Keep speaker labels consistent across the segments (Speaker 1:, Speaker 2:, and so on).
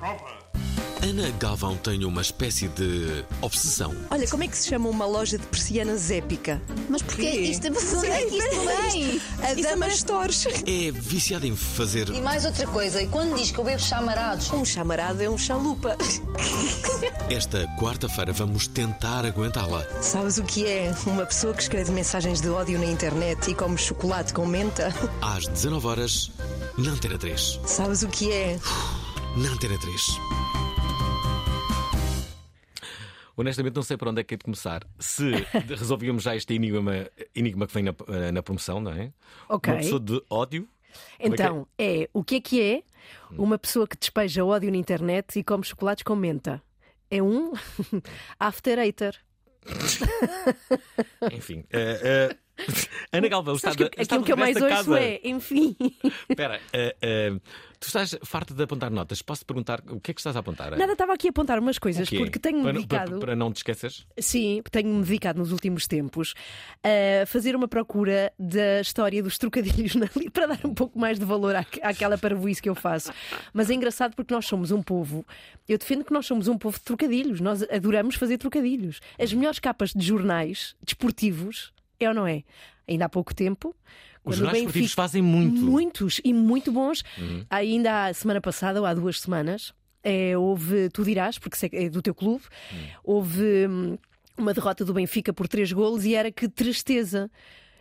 Speaker 1: Prova.
Speaker 2: Ana Galvão tem uma espécie de obsessão.
Speaker 3: Olha, como é que se chama uma loja de persianas épica?
Speaker 4: Mas porquê? Isto é
Speaker 3: Não
Speaker 4: é que isto vem?
Speaker 3: A Dama Stores.
Speaker 2: É viciada em fazer.
Speaker 4: E mais outra coisa, e quando diz que eu bebo chamarados,
Speaker 3: Um chamarado é um chalupa.
Speaker 2: Esta quarta-feira vamos tentar aguentá-la.
Speaker 3: Sabes o que é? Uma pessoa que escreve mensagens de ódio na internet e come chocolate com menta.
Speaker 2: Às 19 horas na Antena 3.
Speaker 3: Sabes o que é?
Speaker 2: Na Antena 3.
Speaker 5: Honestamente, não sei por onde é que é de começar. Se de- resolvíamos já este enigma, enigma que vem na, na promoção, não é?
Speaker 6: Ok.
Speaker 5: Uma pessoa de ódio. Como é que é?
Speaker 6: Então, é o que é que é uma pessoa que despeja ódio na internet e come chocolates com menta? É um after hater.
Speaker 5: Enfim. eh, eh, Ana Galvão está,
Speaker 6: Sabes que
Speaker 5: de- está
Speaker 6: aquilo
Speaker 5: de
Speaker 6: que eu mais
Speaker 5: regresso a
Speaker 6: ouço
Speaker 5: casa.
Speaker 6: é, enfim.
Speaker 5: Espera, eh, eh, tu estás farta de apontar notas. Posso perguntar o que é que estás a apontar? Ana?
Speaker 6: Nada, estava aqui a apontar umas coisas,
Speaker 5: O quê?
Speaker 6: porque tenho-me
Speaker 5: é. para, para-
Speaker 6: dedicado.
Speaker 5: para não te esqueças.
Speaker 6: Sim, tenho-me dedicado nos últimos tempos a fazer uma procura da história dos trocadilhos na li- para dar um pouco mais de valor à, àquela parvoíce que eu faço. Mas é engraçado porque nós somos um povo. Eu defendo que nós somos um povo de trocadilhos. Nós adoramos fazer trocadilhos. As melhores capas de jornais desportivos, é ou não é? Ainda há pouco tempo.
Speaker 5: Os
Speaker 6: quando o
Speaker 5: jornais
Speaker 6: Benfica-
Speaker 5: esportivos fazem muito.
Speaker 6: Muitos e muito bons.
Speaker 5: Uhum.
Speaker 6: Ainda há semana passada, ou há duas semanas, eh, houve, tu dirás, porque sei que é do teu clube,
Speaker 5: Uhum.
Speaker 6: houve hum, uma derrota do Benfica por três golos e era que tristeza.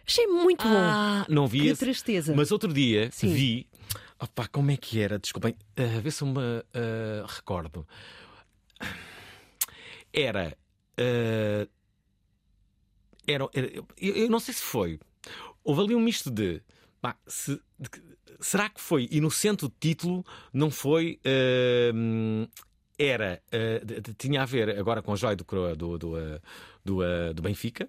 Speaker 6: Achei muito
Speaker 5: Ah, não vi
Speaker 6: Que
Speaker 5: esse.
Speaker 6: tristeza.
Speaker 5: Mas outro dia
Speaker 6: Sim.
Speaker 5: vi. Opa, como é que era? Desculpem, ah, a ver se eu me ah, recordo. Era. ah, era, era- eu, eu não sei se foi. Houve ali um misto de. pá, se- de que- será que foi inocente o título? Não foi. ah, hum, era. ah, de- de- tinha a ver agora com o joio do, Cro- do, do, ah, do, ah, do Benfica,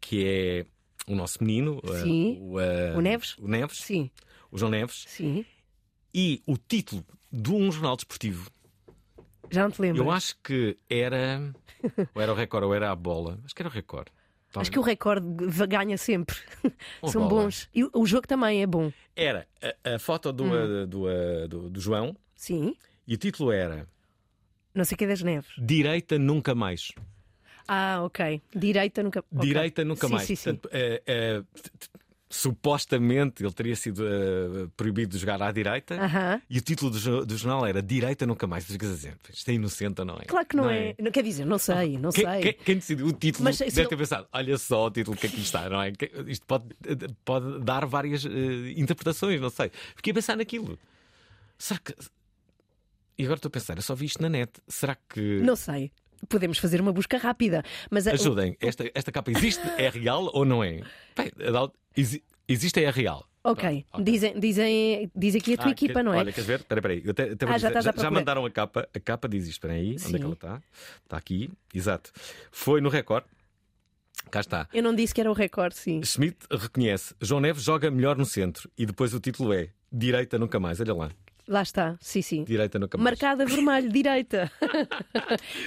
Speaker 5: que é o nosso menino, ah,
Speaker 6: Sim.
Speaker 5: o, ah,
Speaker 6: O Neves?
Speaker 5: o Neves,
Speaker 6: bom. Sim,
Speaker 5: o João Neves,
Speaker 6: sim.
Speaker 5: e o título de um jornal desportivo.
Speaker 6: Já não te lembro.
Speaker 5: Eu acho que era. Ou era o recorde, ou era a bola. Acho que era o recorde.
Speaker 6: Acho que o recorde v- ganha sempre.
Speaker 5: Ou
Speaker 6: São
Speaker 5: bola.
Speaker 6: bons. E o- o jogo também é bom.
Speaker 5: Era a, a foto do,
Speaker 6: Hum.
Speaker 5: uh, do, uh, do- do João
Speaker 6: Sim.
Speaker 5: e o título era
Speaker 6: Não sei o que é das neves.
Speaker 5: Direita Nunca Mais.
Speaker 6: Ah, ok. Direita nunca. ok.
Speaker 5: Direita Nunca
Speaker 6: Sim,
Speaker 5: Mais.
Speaker 6: Sim, sim.
Speaker 5: Portanto, eh, eh, t- t- supostamente ele teria sido eh, proibido de jogar à direita.
Speaker 6: Aham.
Speaker 5: E o título do, jo- do jornal era Direita Nunca Mais. Tu ficas a dizer, isto é inocente ou não é?
Speaker 6: Claro que não, é. Não, quer dizer, não sei, não
Speaker 5: Quem,
Speaker 6: sei.
Speaker 5: quem- quem decidiu o título
Speaker 6: Mas se
Speaker 5: deve
Speaker 6: não-
Speaker 5: ter pensado: olha só o título que aqui está, não é? Que- Isto pode, pode dar várias eh, interpretações, não sei. Fiquei a pensar naquilo. Será que. E agora estou a pensar: eu só vi isto na net. Será que.
Speaker 6: Não sei. Podemos fazer uma busca rápida. Mas a-
Speaker 5: Ajudem, esta, esta capa existe? É real ou não é? Bem, Adalto, exi- existe, é real.
Speaker 6: Ok,
Speaker 5: Ok.
Speaker 6: Dizem, dizem, diz aqui a tua
Speaker 5: Ah,
Speaker 6: equipa,
Speaker 5: quer-
Speaker 6: não é?
Speaker 5: Olha, queres ver? Espera, espera aí. Eu até- até vou
Speaker 6: Ah, já
Speaker 5: dizer-
Speaker 6: estás à procura.
Speaker 5: mandaram a capa. A capa diz isto. Espera aí. Onde é
Speaker 6: Sim.
Speaker 5: que ela está? Está aqui. Exato. Foi no Record. Cá está.
Speaker 6: Eu não disse que era o recorde, sim.
Speaker 5: Schmidt reconhece. João Neves joga melhor no centro. E depois o título é Direita Nunca Mais. Olha lá.
Speaker 6: Lá está, sim, sim.
Speaker 5: Direita Nunca Mais.
Speaker 6: Marcada vermelho, direita.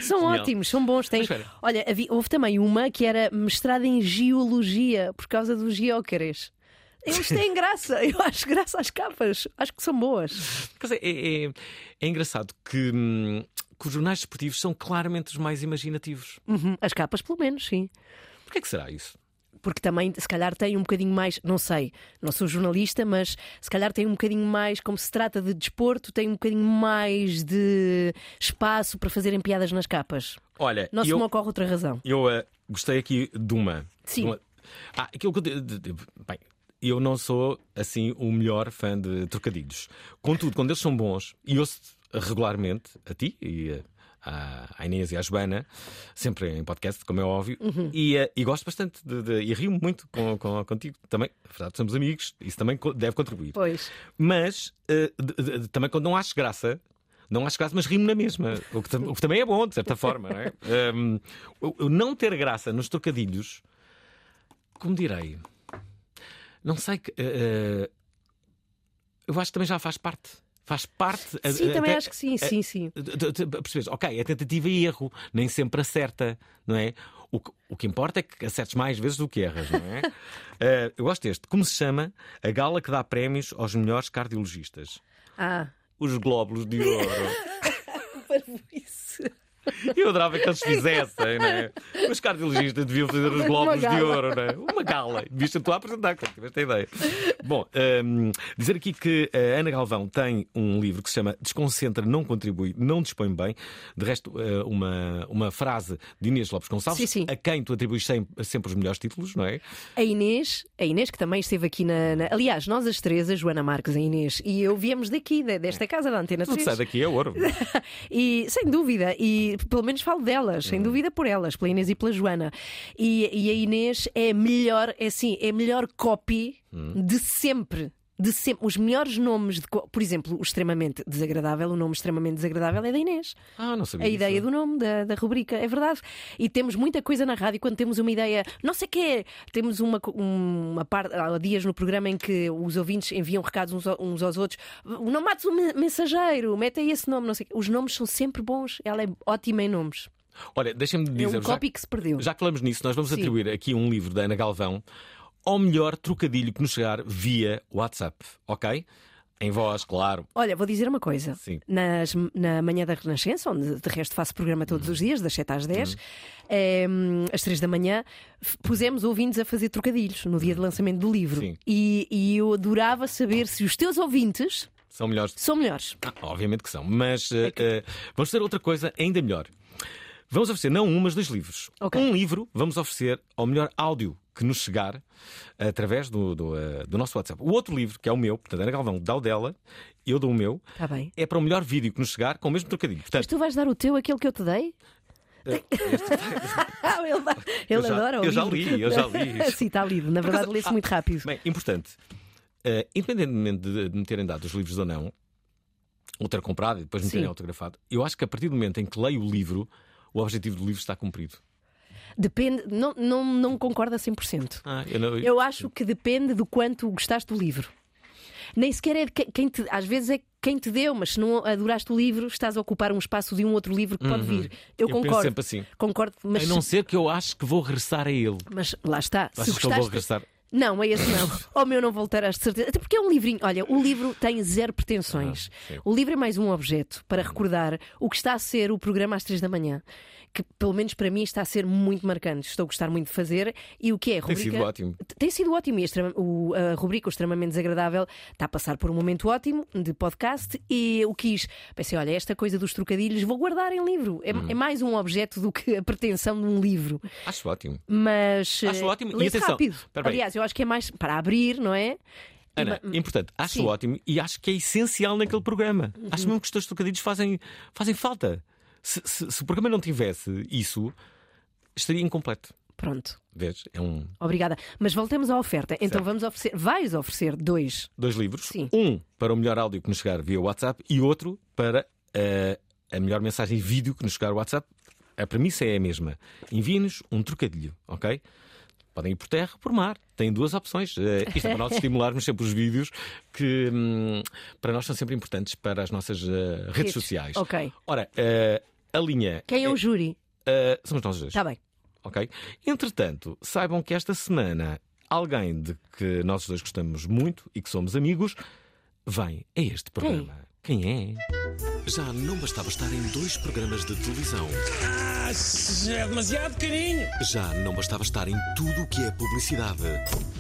Speaker 6: são
Speaker 5: Genial.
Speaker 6: ótimos, são bons. Têm...
Speaker 5: Mas espera.
Speaker 6: Olha, havia- houve também uma que era mestrada em geologia por causa do geócares. Eles têm graça, eu acho graça às capas, acho que são boas.
Speaker 5: Quer dizer, é, é- é engraçado que, hum, que os jornais desportivos são claramente os mais imaginativos.
Speaker 6: Uhum, As capas, pelo menos, sim.
Speaker 5: Porquê que será isso?
Speaker 6: porque também se calhar tem um bocadinho mais, não sei, não sou jornalista, mas se calhar tem um bocadinho mais, como se trata de desporto, tem um bocadinho mais de espaço para fazerem piadas nas capas.
Speaker 5: Olha,
Speaker 6: Não se
Speaker 5: eu,
Speaker 6: me ocorre outra razão.
Speaker 5: eu eh, gostei aqui de uma.
Speaker 6: Sim.
Speaker 5: de uma- Ah, aquilo que eu. de- de- de- Bem, eu não sou assim o melhor fã de trocadilhos. Contudo, quando eles são bons, e ouço regularmente a ti e eh, à à Inês e à Joana, sempre em podcast, como é óbvio,
Speaker 6: Uhum.
Speaker 5: e, eh, e gosto bastante de, de- e rio muito com, com- contigo também. Na verdade, somos amigos, isso também co- deve contribuir.
Speaker 6: Pois.
Speaker 5: Mas eh, de- de- de- também quando não acho graça, não acho graça, mas rimo na mesma. O que, tam- o que também é bom, de certa forma, não é? Ehm, o- o não ter graça nos trocadilhos, como direi, não sei que. eh, eh, eu acho que também já faz parte. Faz parte. a-
Speaker 6: Sim,
Speaker 5: a-
Speaker 6: também
Speaker 5: até- é-
Speaker 6: acho que sim, sim, sim.
Speaker 5: Tu- tu- tu- Percebes? Ok, é tentativa e erro, nem sempre acerta, não é? O que, o que importa é que acertes mais vezes do que erras, não é? Eh, eu gosto deste. Como se chama a gala que dá prémios aos melhores cardiologistas?
Speaker 6: Ah,
Speaker 5: Os Glóbulos de Ouro.
Speaker 6: isso.
Speaker 5: Eu adorava que eles fizessem, não é? Os cardiologistas deviam fazer os Glóbulos
Speaker 6: Uma
Speaker 5: de
Speaker 6: gala.
Speaker 5: Ouro, não é? Uma gala. Viste tu a apresentar, claro, tiveste a ideia. Bom, ehm, dizer aqui que a Ana Galvão tem um livro que se chama Desconcentra, não contribui, não dispõe bem. De resto, eh, uma, uma frase de Inês Lopes Gonçalves,
Speaker 6: Sim, sim.
Speaker 5: a quem tu atribuis sem- sempre os melhores títulos, não é?
Speaker 6: A Inês, a Inês que também esteve aqui na, na- Aliás, nós as três, a Joana Marques, a Inês e eu viemos daqui, de- desta casa da Antena
Speaker 5: Tudo que
Speaker 6: 3.
Speaker 5: sai daqui é ouro.
Speaker 6: E sem dúvida, e pelo menos falo delas, sem dúvida por elas, pela Inês e pela Joana. E, e a Inês é a melhor, é assim, é a melhor copy de sempre. De sempre, os melhores nomes de co- por exemplo, o extremamente desagradável, o nome extremamente desagradável é da Inês.
Speaker 5: Ah, não sabia.
Speaker 6: A ideia do nome da, da rubrica, é verdade. E temos muita coisa na rádio quando temos uma ideia, não sei quê, temos uma, co- uma parte, há dias no programa em que os ouvintes enviam recados uns, ao- uns aos outros, não mates o me- mensageiro, mete aí esse nome, não sei quê. Os nomes são sempre bons, ela é ótima em nomes.
Speaker 5: Olha, deixa-me
Speaker 6: É
Speaker 5: dizer.
Speaker 6: um
Speaker 5: já-
Speaker 6: copy que se perdeu.
Speaker 5: Já que falamos nisso, nós vamos
Speaker 6: Sim.
Speaker 5: atribuir aqui um livro da Ana Galvão ao melhor trocadilho que nos chegar via WhatsApp, ok? Em voz, claro.
Speaker 6: Olha, vou dizer uma coisa.
Speaker 5: Sim.
Speaker 6: Nas- na manhã da Renascença, onde de resto faço programa todos os dias, das 7 às 10, eh,
Speaker 5: Hum.
Speaker 6: às 3 da manhã, f- pusemos ouvintes a fazer trocadilhos no dia de lançamento do livro.
Speaker 5: Hum. Sim.
Speaker 6: E, e eu adorava saber se os teus ouvintes
Speaker 5: São melhores.
Speaker 6: são melhores.
Speaker 5: Ah, obviamente que são, mas
Speaker 6: É
Speaker 5: eh, eh, vamos fazer outra coisa ainda melhor. Vamos oferecer não um, mas dois livros.
Speaker 6: Ok.
Speaker 5: Um livro vamos oferecer ao melhor áudio que nos chegar através do, do, eh, do nosso WhatsApp. O outro livro, que é o meu, portanto, Ana Galvão dá o dela, eu dou o meu,
Speaker 6: Está Tá bem.
Speaker 5: é para o melhor vídeo que nos chegar com o mesmo trocadilho.
Speaker 6: Mas
Speaker 5: Portanto,
Speaker 6: tu vais dar o teu, aquele que eu te dei?
Speaker 5: É,
Speaker 6: Ah, ele dá- ele
Speaker 5: Eu já-
Speaker 6: adora o
Speaker 5: eu já
Speaker 6: livro.
Speaker 5: li, eu já li.
Speaker 6: Sim, está lido. Na verdade,
Speaker 5: acaso-
Speaker 6: lê-se
Speaker 5: Ah,
Speaker 6: muito rápido.
Speaker 5: Bem, importante. Eh, independentemente de, de me terem dado os livros ou não, ou ter comprado e depois me
Speaker 6: Sim.
Speaker 5: terem autografado, eu acho que a partir do momento em que leio o livro, o objetivo do livro está cumprido.
Speaker 6: Depende, não, não, não concordo a 100%.
Speaker 5: Ah, eu não-
Speaker 6: Eu acho que depende do quanto gostaste do livro. Nem sequer é de que- quem te, às vezes é quem te deu, mas se não adoraste o livro, estás a ocupar um espaço de um outro livro que pode vir. Eu,
Speaker 5: Uhum. Eu penso
Speaker 6: concordo.
Speaker 5: sempre assim.
Speaker 6: Concordo, mas,
Speaker 5: A não
Speaker 6: se-
Speaker 5: ser que eu acho que vou regressar a ele.
Speaker 6: mas lá está. Se
Speaker 5: Achas que eu vou
Speaker 6: gostaste-
Speaker 5: regressar?
Speaker 6: Não, é esse não. Ao meu não voltarás de certeza. Até porque é um livrinho. Olha, o livro tem zero pretensões.
Speaker 5: Ah,
Speaker 6: o livro é mais um objeto para
Speaker 5: Uhum.
Speaker 6: recordar o que está a ser o programa às três da manhã. Que pelo menos para mim está a ser muito marcante. Estou a gostar muito de fazer. E o que é? A
Speaker 5: Tem
Speaker 6: rubrica...
Speaker 5: sido ótimo.
Speaker 6: T- Tem sido ótimo. E a, extrema- o- a rubrica O Extremamente Desagradável está a passar por um momento ótimo de podcast e eu quis. Pensei, olha, esta coisa dos trocadilhos vou guardar em livro. É,
Speaker 5: Uhum.
Speaker 6: é mais um objeto do que a pretensão de um livro.
Speaker 5: Acho ótimo.
Speaker 6: Mas.
Speaker 5: Acho
Speaker 6: eh,
Speaker 5: ótimo. E
Speaker 6: lê-se
Speaker 5: atenção,
Speaker 6: rápido.
Speaker 5: espera aí.
Speaker 6: Aliás, eu acho que é mais para abrir, não é? E
Speaker 5: Ana,
Speaker 6: ma-
Speaker 5: importante, acho
Speaker 6: Sim. Uhum.
Speaker 5: ótimo e acho que é essencial naquele programa. Acho mesmo que os teus trocadilhos fazem, fazem falta. Se, se- se o programa não tivesse isso, estaria incompleto.
Speaker 6: Pronto,
Speaker 5: Vês? É um,
Speaker 6: obrigada. Mas voltemos à oferta. Então vamos oferecer. Vais oferecer dois.
Speaker 5: dois livros.
Speaker 6: Sim.
Speaker 5: Um para o melhor áudio que nos chegar via WhatsApp e outro para eh, a melhor mensagem vídeo que nos chegar WhatsApp. A premissa é a mesma. Enviem-nos um trocadilho, ok? Podem ir por terra, por mar. Têm duas opções. Eh, isto é para nós estimularmos sempre os vídeos que hum, para nós são sempre importantes para as nossas eh, redes,
Speaker 6: Redes,
Speaker 5: sociais.
Speaker 6: ok.
Speaker 5: Ora, eh, a linha.
Speaker 6: Quem é o
Speaker 5: eh,
Speaker 6: júri?
Speaker 5: eh, somos nós os dois
Speaker 6: Está bem.
Speaker 5: ok? Entretanto, saibam que esta semana alguém de que nós dois gostamos muito e que somos amigos vem a este programa. Quem é?
Speaker 2: Já não bastava estar em dois programas de televisão.
Speaker 7: Ah, já é demasiado carinho.
Speaker 2: Já não bastava estar em tudo o que é publicidade.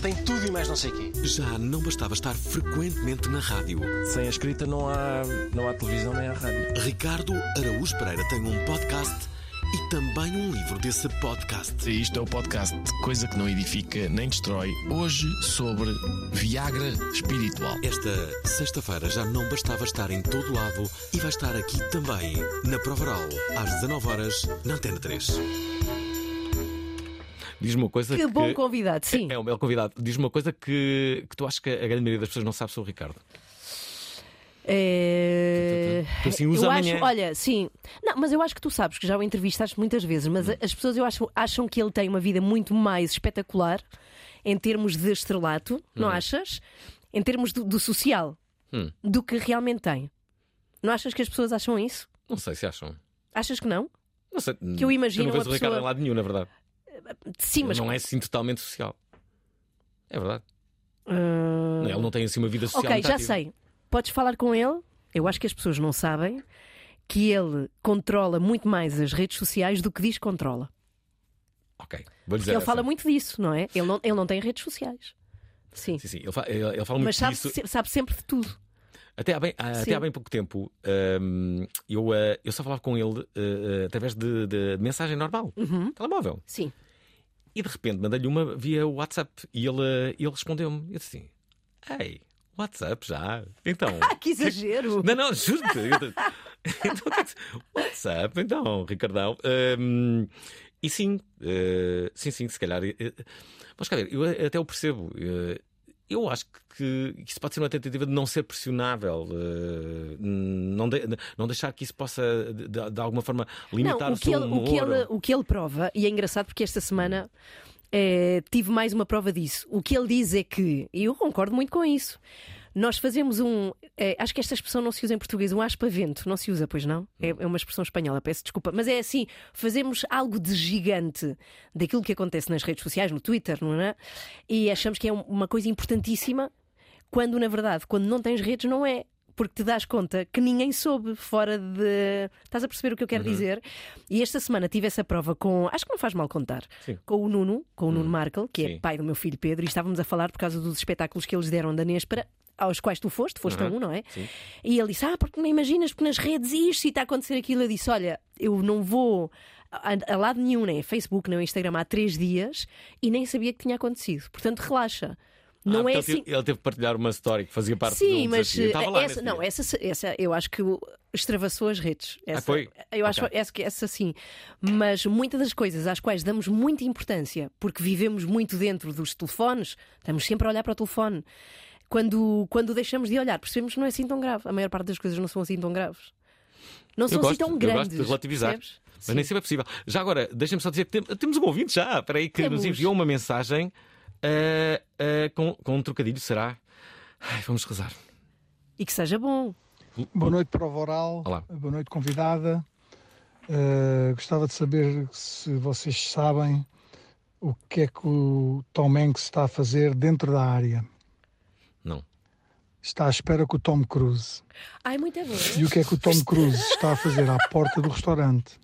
Speaker 8: Tem tudo e mais não sei o quê.
Speaker 2: Já não bastava estar frequentemente na rádio.
Speaker 7: Sem a escrita não há, não há televisão nem há rádio.
Speaker 2: Ricardo Araújo Pereira tem um podcast e também um livro desse podcast.
Speaker 8: Isto é o podcast Coisa que não edifica nem destrói. Hoje sobre Viagra espiritual.
Speaker 2: Esta sexta-feira já não bastava estar em todo lado e vai estar aqui também, na Prova Oral, às 19 horas na Antena 3.
Speaker 5: Diz uma coisa
Speaker 6: Que bom convidado, sim.
Speaker 5: É o meu convidado. Diz uma coisa que, que tu achas que a grande maioria das pessoas não sabe sobre o Ricardo.
Speaker 6: É...
Speaker 5: Tu assim usa
Speaker 6: eu
Speaker 5: amanhã.
Speaker 6: acho, olha, sim. Não, mas eu acho que tu sabes que já o entrevistaste muitas vezes,
Speaker 5: Hum.
Speaker 6: mas as pessoas eu acho, acham que ele tem uma vida muito mais espetacular em termos de estrelato, não achas? Em termos do, do social,
Speaker 5: Uhum. Hum.
Speaker 6: do que realmente tem. Não achas que as pessoas acham isso?
Speaker 5: Não sei se acham.
Speaker 6: Achas que não?
Speaker 5: Não sei.
Speaker 6: Que eu imagino
Speaker 5: Tu não vês o
Speaker 6: uma
Speaker 5: Ricardo
Speaker 6: pessoa-
Speaker 5: em lado nenhum, na verdade.
Speaker 6: Sim, mas.
Speaker 5: Ele não é assim totalmente social. É verdade.
Speaker 6: Ah,
Speaker 5: Ele não tem assim uma vida social.
Speaker 6: Ok,
Speaker 5: muito
Speaker 6: já
Speaker 5: ativa.
Speaker 6: sei. Podes falar com ele? Eu acho que as pessoas não sabem que ele controla muito mais as redes sociais do que diz que controla.
Speaker 5: Ok, vou
Speaker 6: Porque
Speaker 5: dizer.
Speaker 6: ele
Speaker 5: essa.
Speaker 6: fala muito disso, não é? Ele não, ele não tem redes sociais. Sim.
Speaker 5: Sim, sim, ele fala, ele, ele fala muito
Speaker 6: Mas sabe,
Speaker 5: disso.
Speaker 6: se- sabe sempre de tudo.
Speaker 5: Até há bem, há-
Speaker 6: Sim.
Speaker 5: até há bem pouco tempo, hum, eu, eh, eu só falava com ele eh, eh, através de, de mensagem normal, telemóvel.
Speaker 6: Sim.
Speaker 5: E de repente mandei-lhe uma via WhatsApp e ele, eh, ele respondeu-me. Eu disse assim: Ei, WhatsApp já? Então.
Speaker 6: Ah, que exagero!
Speaker 5: Não, não, juro-te. Eu- então, quer dizer, WhatsApp, então, Ricardão. Hum, e sim, eh, sim, sim, se calhar. eh, mas, quer dizer, eu até o percebo. eh, eu acho que que isso pode ser uma tentativa de não ser pressionável, eh, não, de- não deixar que isso possa, de, de- de alguma forma,
Speaker 6: Não,
Speaker 5: limitar
Speaker 6: o
Speaker 5: o
Speaker 6: que,
Speaker 5: seu
Speaker 6: ele, o,
Speaker 5: humor.
Speaker 6: que ele, o que ele prova, e é engraçado porque esta semana eh, tive mais uma prova disso. O que ele diz é que, e eu concordo muito com isso, nós fazemos um. eh, acho que esta expressão não se usa em português, um aspavento. Não se usa, pois não? É, é uma expressão espanhola, peço desculpa. Mas é assim: fazemos algo de gigante daquilo que acontece nas redes sociais, no Twitter, não é? E achamos que é um- uma coisa importantíssima quando na verdade, quando não tens redes, não é. Porque te das conta que ninguém soube fora de. Estás a perceber o que eu quero
Speaker 5: Uhum.
Speaker 6: dizer? E esta semana tive essa prova com. Acho que não faz mal contar.
Speaker 5: Sim. Uhum.
Speaker 6: Com o Nuno, com o Nuno Markel, que é
Speaker 5: Sim.
Speaker 6: pai do meu filho Pedro, e estávamos a falar por causa dos espetáculos que eles deram da Nespera. Aos quais tu foste, foste
Speaker 5: Uhum.
Speaker 6: a um, não é? E ele disse: Ah, porque não imaginas, porque nas redes isto e está a acontecer aquilo. Eu disse: Olha, eu não vou a, a lado nenhum, nem a Facebook, nem a Instagram, há três dias e nem sabia que tinha acontecido. Portanto, relaxa.
Speaker 5: Ah,
Speaker 6: Não é
Speaker 5: portanto,
Speaker 6: assim.
Speaker 5: ele, ele teve que partilhar uma história que fazia parte de um
Speaker 6: Sim, mas
Speaker 5: desafio. Eu estava lá
Speaker 6: eh, essa,
Speaker 5: nesse
Speaker 6: não,
Speaker 5: dia. Ah,
Speaker 6: essa, essa eu acho que o- extravassou as redes. Essa,
Speaker 5: foi?
Speaker 6: Eu acho
Speaker 5: Ok.
Speaker 6: essa, que- essa sim. Mas muitas das coisas às quais damos muita importância, porque vivemos muito dentro dos telefones, estamos sempre a olhar para o telefone. Quando, quando deixamos de olhar, percebemos que não é assim tão grave. A maior parte das coisas não são assim tão graves. Não são
Speaker 5: eu gosto,
Speaker 6: assim tão
Speaker 5: eu
Speaker 6: grandes.
Speaker 5: gosto de relativizar.
Speaker 6: percebes?
Speaker 5: Mas nem sempre é possível. Já agora, deixem-me só dizer que tem- temos um ouvinte já, espera aí, que
Speaker 6: Temos.
Speaker 5: nos enviou uma mensagem ah, ah, com, com um trocadilho, será? Ai, vamos rezar.
Speaker 6: E que seja bom.
Speaker 9: Boa noite, Prova Oral.
Speaker 5: Olá.
Speaker 9: Boa noite, convidada. Eh, gostava de saber se vocês sabem o que é que o Tom Hanks está a fazer dentro da área.
Speaker 5: Não.
Speaker 9: Está à espera com o Tom Cruise.
Speaker 6: Ai, muito bom.
Speaker 9: E o que é que o Tom Cruise está a fazer à porta do restaurante?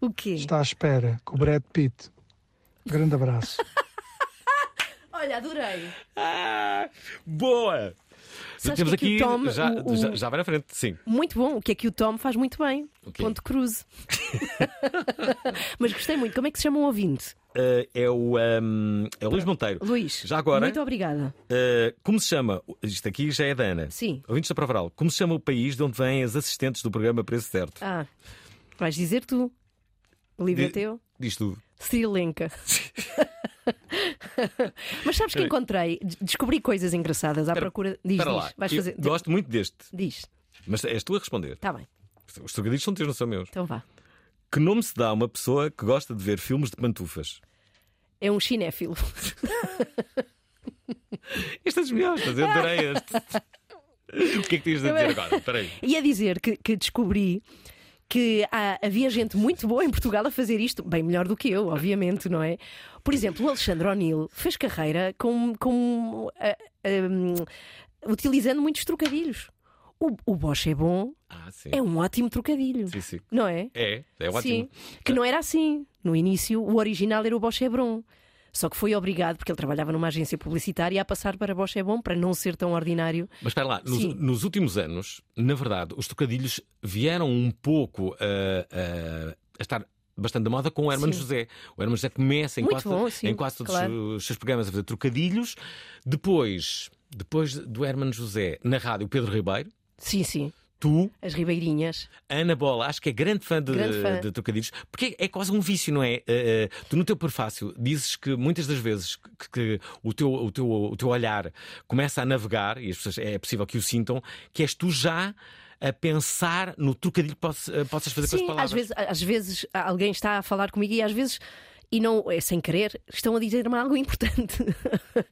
Speaker 6: O quê?
Speaker 9: Está à espera com o Brad Pitt. Grande abraço.
Speaker 6: Olha, adorei.
Speaker 5: Ah, boa!
Speaker 6: Sabes
Speaker 5: temos
Speaker 6: que é
Speaker 5: aqui.
Speaker 6: que o Tom-
Speaker 5: já,
Speaker 6: o- o-
Speaker 5: já, já vai na frente, sim.
Speaker 6: Muito bom, o que é que o Tom faz muito bem.
Speaker 5: quê?
Speaker 6: Ponto Cruz. Mas gostei muito. Como é que se chama o ouvinte?
Speaker 5: Ah, é, o, ahm, é o Luís Monteiro.
Speaker 6: Luís.
Speaker 5: Já agora,
Speaker 6: Muito obrigada.
Speaker 5: ah, como se chama? Isto aqui já é da Ana.
Speaker 6: Sim.
Speaker 5: Ouvintes da Provaral, como se chama o país de onde vêm as assistentes do programa Preço Certo?
Speaker 6: Ah, vais dizer tu. O livro é teu?
Speaker 5: Diz tudo.
Speaker 6: Sri Lanka. Mas sabes que encontrei? Des- Descobri coisas engraçadas à procura. Diz,
Speaker 5: Espera
Speaker 6: diz.
Speaker 5: lá.
Speaker 6: Vais
Speaker 5: eu
Speaker 6: fazer.
Speaker 5: Gosto muito deste,
Speaker 6: Diz.
Speaker 5: mas és tu a responder.
Speaker 6: Está bem,
Speaker 5: Os trocadilhos são teus, não são meus.
Speaker 6: então vá.
Speaker 5: Que nome se dá a uma pessoa que gosta de ver filmes de pantufas?
Speaker 6: É um cinéfilo.
Speaker 5: Este é dos melhores, mas eu adorei este. O que é que tens a dizer agora? Espera aí.
Speaker 6: E a dizer que, que descobri que há- havia gente muito boa em Portugal a fazer isto, bem melhor do que eu, obviamente, não é? Por exemplo, o Alexandre O'Neill fez carreira com, com, ah, ah, hum, utilizando muitos trocadilhos. O, o Bosch é bom.
Speaker 5: Ah, sim.
Speaker 6: É um ótimo trocadilho.
Speaker 5: Sim, sim.
Speaker 6: Não é?
Speaker 5: É, é ótimo.
Speaker 6: Sim. Que não era assim. No início, o original era o Bosch é bom. Só que foi obrigado, porque ele trabalhava numa agência publicitária, a passar para Bosch é bom, para não ser tão ordinário.
Speaker 5: Mas espera lá, nos,
Speaker 6: Sim.
Speaker 5: nos últimos anos, na verdade, os trocadilhos vieram um pouco ah, ah, a estar bastante da moda com o Hermano
Speaker 6: Sim.
Speaker 5: José. O Hermano José começa em
Speaker 6: Muito
Speaker 5: quase,
Speaker 6: bom, sim,
Speaker 5: em quase todos
Speaker 6: claro.
Speaker 5: os seus programas a fazer trocadilhos. Depois, depois do Hermano José, na rádio, Pedro Ribeiro,
Speaker 6: Sim, sim.
Speaker 5: tu,
Speaker 6: As Ribeirinhas.
Speaker 5: Ana Bola, acho que é grande fã de,
Speaker 6: Grande fã.
Speaker 5: de trocadilhos, porque é quase um vício, não é? Eh, eh, tu, no teu prefácio, dizes que muitas das vezes que, que o, teu, o, teu, o teu olhar começa a navegar, e as pessoas é possível que o sintam, que és tu já a pensar no trocadilho que poss- eh, possas fazer
Speaker 6: Sim,
Speaker 5: com as palavras.
Speaker 6: às vezes, às vezes alguém está a falar comigo e às vezes, e não é sem querer, estão a dizer-me algo importante.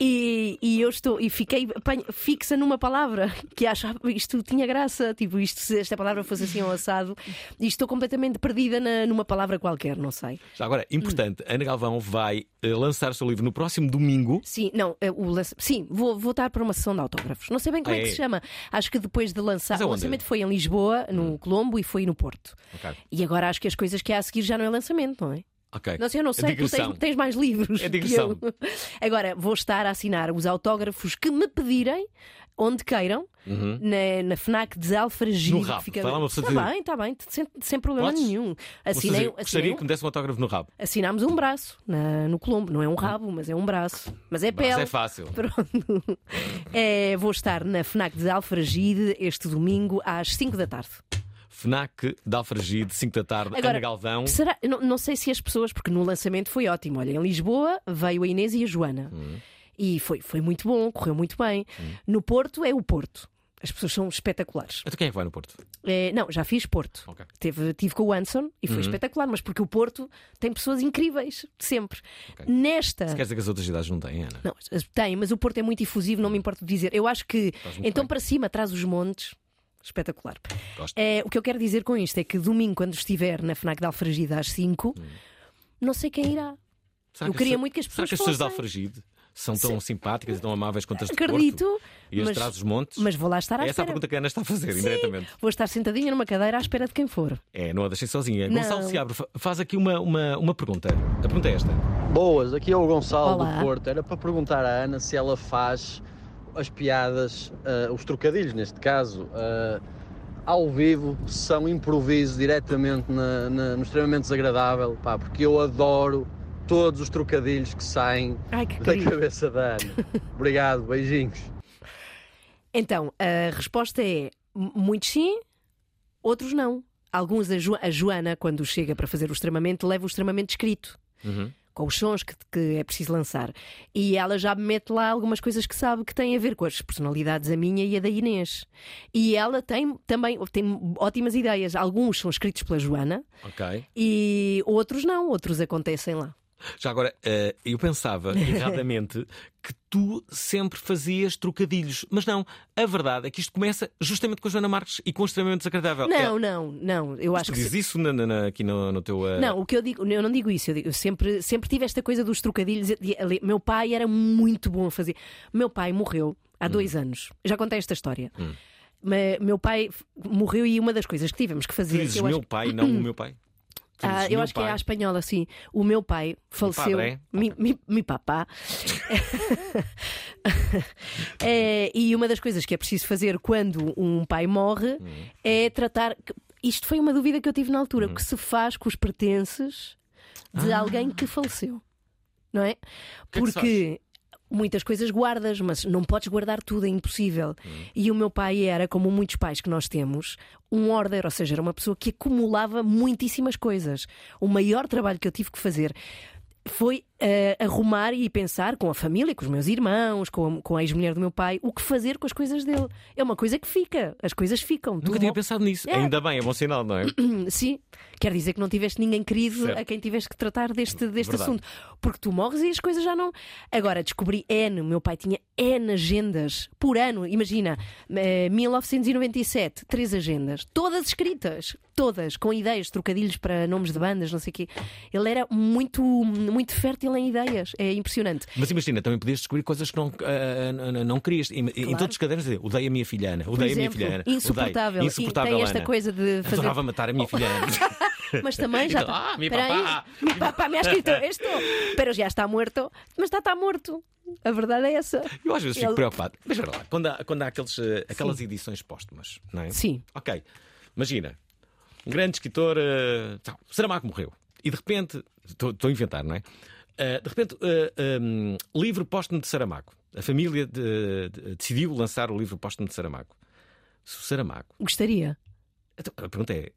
Speaker 6: e, e eu estou, e fiquei apanho- fixa numa palavra que acho "Ah, isto tinha graça, tipo, isto, se esta palavra fosse assim ou assado, e estou completamente perdida na- numa palavra qualquer, não sei.
Speaker 5: Já Agora, importante, Ana Galvão vai eh, lançar o seu livro no próximo domingo.
Speaker 6: Sim, não, é o lance- sim, vou voltar para uma sessão de autógrafos. Não sei bem como é
Speaker 5: Ah,
Speaker 6: que
Speaker 5: é?
Speaker 6: se chama. Acho que depois de lançar,
Speaker 5: Mas
Speaker 6: o
Speaker 5: aonde? Hum.
Speaker 6: lançamento foi em Lisboa, no Colombo e foi no Porto.
Speaker 5: Ok.
Speaker 6: E agora acho que as coisas que há a seguir já não é lançamento, não é?
Speaker 5: Ok.
Speaker 6: Não sei, eu não
Speaker 5: É
Speaker 6: sei, tu
Speaker 5: digressão.
Speaker 6: tens, tens mais livros.
Speaker 5: É
Speaker 6: que
Speaker 5: digressão.
Speaker 6: eu. Agora, vou estar a assinar os autógrafos que me pedirem, onde queiram,
Speaker 5: Uhum.
Speaker 6: na, na FNAC de Alfragil.
Speaker 5: No rabo. Vai lá uma pessoa
Speaker 6: Está
Speaker 5: dizer-
Speaker 6: bem, está bem, sem, sem problema
Speaker 5: Podes?
Speaker 6: nenhum.
Speaker 5: Posso
Speaker 6: Assinei,
Speaker 5: dizer, gostaria
Speaker 6: assinei
Speaker 5: que me desse um autógrafo no rabo.
Speaker 6: Assinámos um braço na- no Colombo. Não é um rabo, mas é um braço. Mas é
Speaker 5: Mas
Speaker 6: pele.
Speaker 5: é fácil.
Speaker 6: Pronto. É, vou estar na FNAC de Alfragide este domingo às 5 da tarde.
Speaker 5: FNAC de Alfragide, 5 da tarde, Ana Galvão.
Speaker 6: será- não, não sei se as pessoas, porque no lançamento foi ótimo. Olha, em Lisboa veio a Inês e a Joana.
Speaker 5: Hum.
Speaker 6: E foi, foi muito bom, correu muito bem. No Porto é o Porto. As pessoas são espetaculares.
Speaker 5: Então quem é que vai no Porto?
Speaker 6: É, não, já fiz Porto.
Speaker 5: Ok.
Speaker 6: Teve, tive com o Anson e foi
Speaker 5: Uhum.
Speaker 6: espetacular, mas porque o Porto tem pessoas incríveis, sempre. Nesta.
Speaker 5: Se queres dizer que as outras idades não têm, Ana?
Speaker 6: Não, as- tem, mas o Porto é muito difusivo, não me importo de dizer. Eu acho que.
Speaker 5: Estás muito
Speaker 6: Então,
Speaker 5: bem.
Speaker 6: para cima, traz os montes. Espetacular.
Speaker 5: Gosto.
Speaker 6: É, o que eu quero dizer com isto é que domingo, quando estiver na FNAC de Alfragida às 5,
Speaker 5: Hum.
Speaker 6: não sei quem irá.
Speaker 5: Será
Speaker 6: eu
Speaker 5: que
Speaker 6: queria
Speaker 5: as-
Speaker 6: muito que as
Speaker 5: Será
Speaker 6: pessoas
Speaker 5: que as pessoas de
Speaker 6: fossem.
Speaker 5: Alfragide são tão simpáticas e tão amáveis quanto as de
Speaker 6: Acredito,
Speaker 5: Porto? E as
Speaker 6: mas-
Speaker 5: traz os montes?
Speaker 6: Mas vou lá estar à
Speaker 5: é essa a
Speaker 6: espera.
Speaker 5: pergunta que a Ana está a fazer, indiretamente.
Speaker 6: Vou estar sentadinha numa cadeira à espera de quem for.
Speaker 5: É, não a deixei sozinha.
Speaker 6: Não.
Speaker 5: Gonçalo Seabro fa- faz aqui uma, uma, uma pergunta. A pergunta é esta.
Speaker 10: Boas, aqui é o Gonçalo
Speaker 6: Olá.
Speaker 10: do Porto. Era para perguntar à Ana se ela faz as piadas, ah, os trocadilhos neste caso, ah, ao vivo, se são improviso diretamente na- na- no extremamente desagradável, pá, porque eu adoro todos os trocadilhos que saem
Speaker 6: Ai, que
Speaker 5: é
Speaker 10: da
Speaker 6: querido.
Speaker 10: cabeça da Ana. Obrigado, beijinhos.
Speaker 6: Então, a resposta é m- muitos sim, outros não. Alguns, a, Jo- a Joana, quando chega para fazer o extremamente, leva o extremamente escrito. Com os sons que, que é preciso lançar. E ela já mete lá algumas coisas que sabe que têm a ver com as personalidades, a minha e a da Inês. E ela tem também tem ótimas ideias. Alguns são escritos pela Joana
Speaker 5: Ok.
Speaker 6: e outros não, outros acontecem lá.
Speaker 5: Já agora, eh, eu pensava erradamente que tu sempre fazias trocadilhos. Mas não, a verdade é que isto começa justamente com a Joana Marques e com o extremamente desagradável.
Speaker 6: Não,
Speaker 5: É-
Speaker 6: não, não. Eu
Speaker 5: Mas
Speaker 6: acho
Speaker 5: tu
Speaker 6: que.
Speaker 5: dizes
Speaker 6: se-
Speaker 5: isso na- na- na- aqui no, no teu. eh,
Speaker 6: Não, o que eu digo, eu não digo isso, eu, digo- eu sempre, sempre tive esta coisa dos trocadilhos. de- ali- Meu pai era muito bom a fazer. Meu pai morreu há dois anos. Já contei esta história.
Speaker 5: Hum.
Speaker 6: Me- Meu pai f- morreu e uma das coisas que tivemos que
Speaker 5: Tu
Speaker 6: fazer.
Speaker 5: dizes
Speaker 6: que eu
Speaker 5: meu
Speaker 6: acho,
Speaker 5: pai, não o meu pai. Tu
Speaker 6: Ah,
Speaker 5: dizes
Speaker 6: eu
Speaker 5: meu
Speaker 6: acho que é
Speaker 5: pai.
Speaker 6: à espanhola, sim. O meu pai faleceu.
Speaker 5: padre, eh?
Speaker 6: Mi, mi- mi papá. É, e uma das coisas que é preciso fazer quando um pai morre
Speaker 5: Hum.
Speaker 6: é tratar. Isto foi uma dúvida que eu tive na altura:
Speaker 5: Hum.
Speaker 6: o que se faz com os pertences de
Speaker 5: Ah.
Speaker 6: alguém que faleceu? Não é?
Speaker 11: que é que se
Speaker 6: Porque. Muitas coisas guardas, mas não podes guardar tudo, é impossível. E o meu pai era, como muitos pais que nós temos, um order, ou seja, era uma pessoa que acumulava muitíssimas coisas. O maior trabalho que eu tive que fazer foi eh, arrumar e pensar com a família, com os meus irmãos, com a, com a ex-mulher do meu pai, o que fazer com as coisas dele. É uma coisa que fica, as coisas ficam.
Speaker 5: Nunca tinha pensado nisso.
Speaker 6: É.
Speaker 5: Ainda bem, é bom sinal, não é?
Speaker 6: Sim, quer dizer que não tiveste ninguém querido
Speaker 5: Certo.
Speaker 6: a quem tiveste que tratar deste, deste
Speaker 5: Verdade.
Speaker 6: assunto. Porque tu morres e as coisas já não. Agora, descobri N, o meu pai tinha N agendas por ano. Imagina, eh, 1997, três agendas, todas escritas, todas, com ideias, trocadilhos para nomes de bandas, não sei o quê. Ele era muito, muito fértil fértil em ideias. É impressionante.
Speaker 5: Mas imagina, também podias descobrir coisas que não, ah, ah, não- não querias. Em, em todos os cadernos, dizia, odeio a minha filha Ana,
Speaker 6: Por
Speaker 5: odeio a minha
Speaker 6: exemplo,
Speaker 5: filha Ana.
Speaker 6: insuportável.
Speaker 5: Odeio, insuportável
Speaker 6: E tem esta
Speaker 5: Ana.
Speaker 6: coisa de fazer- Oh.
Speaker 5: Adorava matar a minha filha Ana.
Speaker 6: Mas também já
Speaker 5: Então,
Speaker 6: está.
Speaker 5: ah, mi
Speaker 6: Espera aí.
Speaker 5: papá.
Speaker 6: Mi papá me ha escrito esto. Pero já está morto. Mas está, está morto. A verdade é essa.
Speaker 5: Eu às vezes fico
Speaker 6: Ele-
Speaker 5: preocupado. Mas espera lá, quando há, quando há aqueles, eh, aquelas edições póstumas, não é?
Speaker 6: Sim.
Speaker 5: Ok, imagina, um grande escritor, eh, tal, Saramago morreu. E de repente, estou estou a inventar, não é? Eh, de repente, eh, um, livro póstumo de Saramago. A família de- de- decidiu lançar o livro póstumo de Saramago. Se o Saramago.
Speaker 6: Gostaria.
Speaker 5: Então, a pergunta é.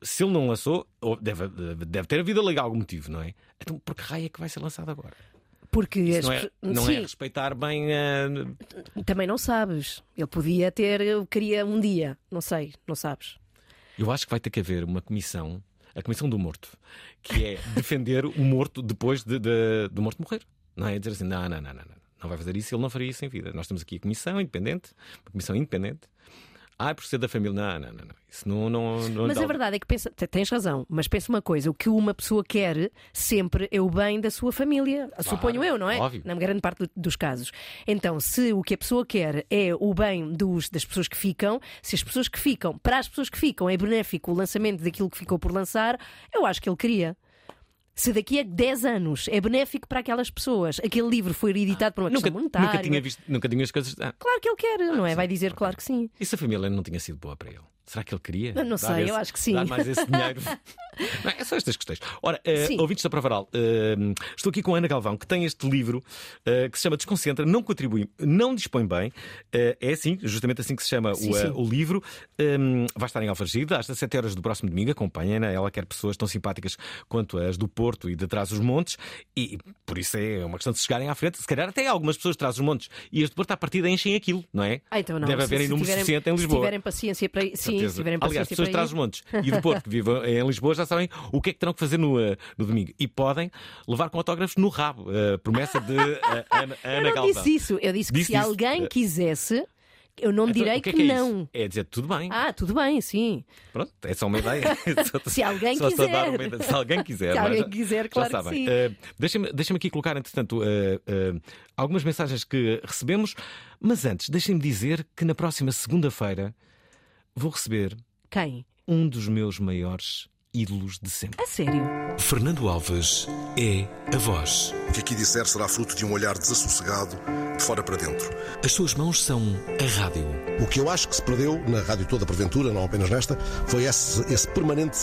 Speaker 5: Se ele não lançou, ou deve, deve ter havido legal algum motivo, não é? Então, por que raio é que vai ser lançado agora?
Speaker 6: Porque as
Speaker 5: Isso não é,
Speaker 6: pe-
Speaker 5: não é
Speaker 6: Sim,
Speaker 5: respeitar bem eh,
Speaker 6: também não sabes. Ele podia ter, eu queria um dia. Não sei, não sabes.
Speaker 5: Eu acho que vai ter que haver uma comissão, a comissão do morto, que é defender o morto depois de, de- do morto morrer. Não é dizer assim, não, não, não, não, não, não vai fazer isso, ele não faria isso em vida. Nós temos aqui a comissão independente, uma comissão independente. Ah, por ser da família, não, não, não, não. Isso não, não, não
Speaker 6: Mas
Speaker 5: dá-
Speaker 6: a verdade é que pensa, te- tens razão, mas pensa uma coisa: o que uma pessoa quer sempre é o bem da sua família, suponho eu, não é?
Speaker 5: óbvio.
Speaker 6: Na grande parte do- dos casos. Então, se o que a pessoa quer é o bem dos, das pessoas que ficam, se as pessoas que ficam, para as pessoas que ficam, é benéfico o lançamento daquilo que ficou por lançar, eu acho que ele queria. Se daqui a 10 anos é benéfico para aquelas pessoas, aquele livro foi editado por uma
Speaker 5: nunca,
Speaker 6: questão monetária.
Speaker 5: nunca tinha visto, nunca tinha as coisas. Ah,
Speaker 6: Claro que ele quer, não é? Vai dizer, claro que sim.
Speaker 5: e se a família não tinha sido boa para ele? Será que ele queria?
Speaker 6: Não
Speaker 5: dar
Speaker 6: sei, eu
Speaker 5: esse-
Speaker 6: acho que sim.
Speaker 5: Dar mais esse dinheiro. Não, é só estas questões. Ora, eh,
Speaker 6: Sim.
Speaker 5: ouvintes da Provaral, eh, estou aqui com a Ana Galvão, que tem este livro eh, que se chama Desconcentra, não contribui, não dispõe bem. Eh, é assim, justamente assim que se chama
Speaker 11: Sim,
Speaker 5: o, eh,
Speaker 11: sim.
Speaker 5: o livro. Em, vai estar em Alfragida às 17 horas do próximo domingo. Acompanhem-na. Ela quer pessoas tão simpáticas quanto as do Porto e de Trás os Montes. E por isso é uma questão de se chegarem à frente. Se calhar até algumas pessoas de Trás os Montes e as do Porto à partida enchem aquilo, não é?
Speaker 6: Ah, então não.
Speaker 5: Deve
Speaker 6: se-
Speaker 5: haver
Speaker 6: se
Speaker 5: em número
Speaker 6: tiverem-
Speaker 5: suficiente em
Speaker 6: Se
Speaker 5: Lisboa.
Speaker 6: tiverem paciência para ir. Sim,
Speaker 5: Certeza.
Speaker 6: se tiverem paciência
Speaker 5: Aliás, as pessoas de
Speaker 6: para ir.
Speaker 5: Trás-os-Montes e do Porto que vivem em Lisboa já sabem o que é que terão que fazer no, eh, no domingo. E podem levar com autógrafos no rabo. Eh, promessa de eh, Ana, Ana
Speaker 6: Eu não
Speaker 5: Galvão.
Speaker 6: disse isso. Eu disse que
Speaker 5: Disse
Speaker 6: se
Speaker 5: isso.
Speaker 6: alguém
Speaker 5: Eh,
Speaker 6: quisesse, eu não
Speaker 5: então,
Speaker 6: direi
Speaker 5: o
Speaker 6: que,
Speaker 5: que, é que é isso?
Speaker 6: não.
Speaker 5: É dizer tudo bem.
Speaker 6: Ah, tudo bem, sim.
Speaker 5: Pronto, é só uma ideia. Só-
Speaker 6: Se alguém
Speaker 5: só- só dar
Speaker 6: quiser.
Speaker 5: uma ideia. Se alguém quiser.
Speaker 6: Se
Speaker 5: não é?
Speaker 6: alguém
Speaker 5: Já-
Speaker 6: quiser,
Speaker 5: já
Speaker 6: claro que
Speaker 5: sabem.
Speaker 6: sim.
Speaker 5: Eh, deixem-me, deixem-me aqui colocar, entretanto, eh, eh, algumas mensagens que recebemos. Mas antes, deixem-me dizer que na próxima segunda-feira vou receber
Speaker 6: Quem?
Speaker 5: um dos meus maiores ídolos de sempre.
Speaker 6: A sério?
Speaker 2: Fernando Alves é a voz.
Speaker 12: O que aqui disser será fruto de um olhar desassossegado de fora para dentro.
Speaker 2: As suas mãos são a rádio.
Speaker 12: O que eu acho que se perdeu na rádio toda, porventura, não apenas nesta, foi esse, esse permanente,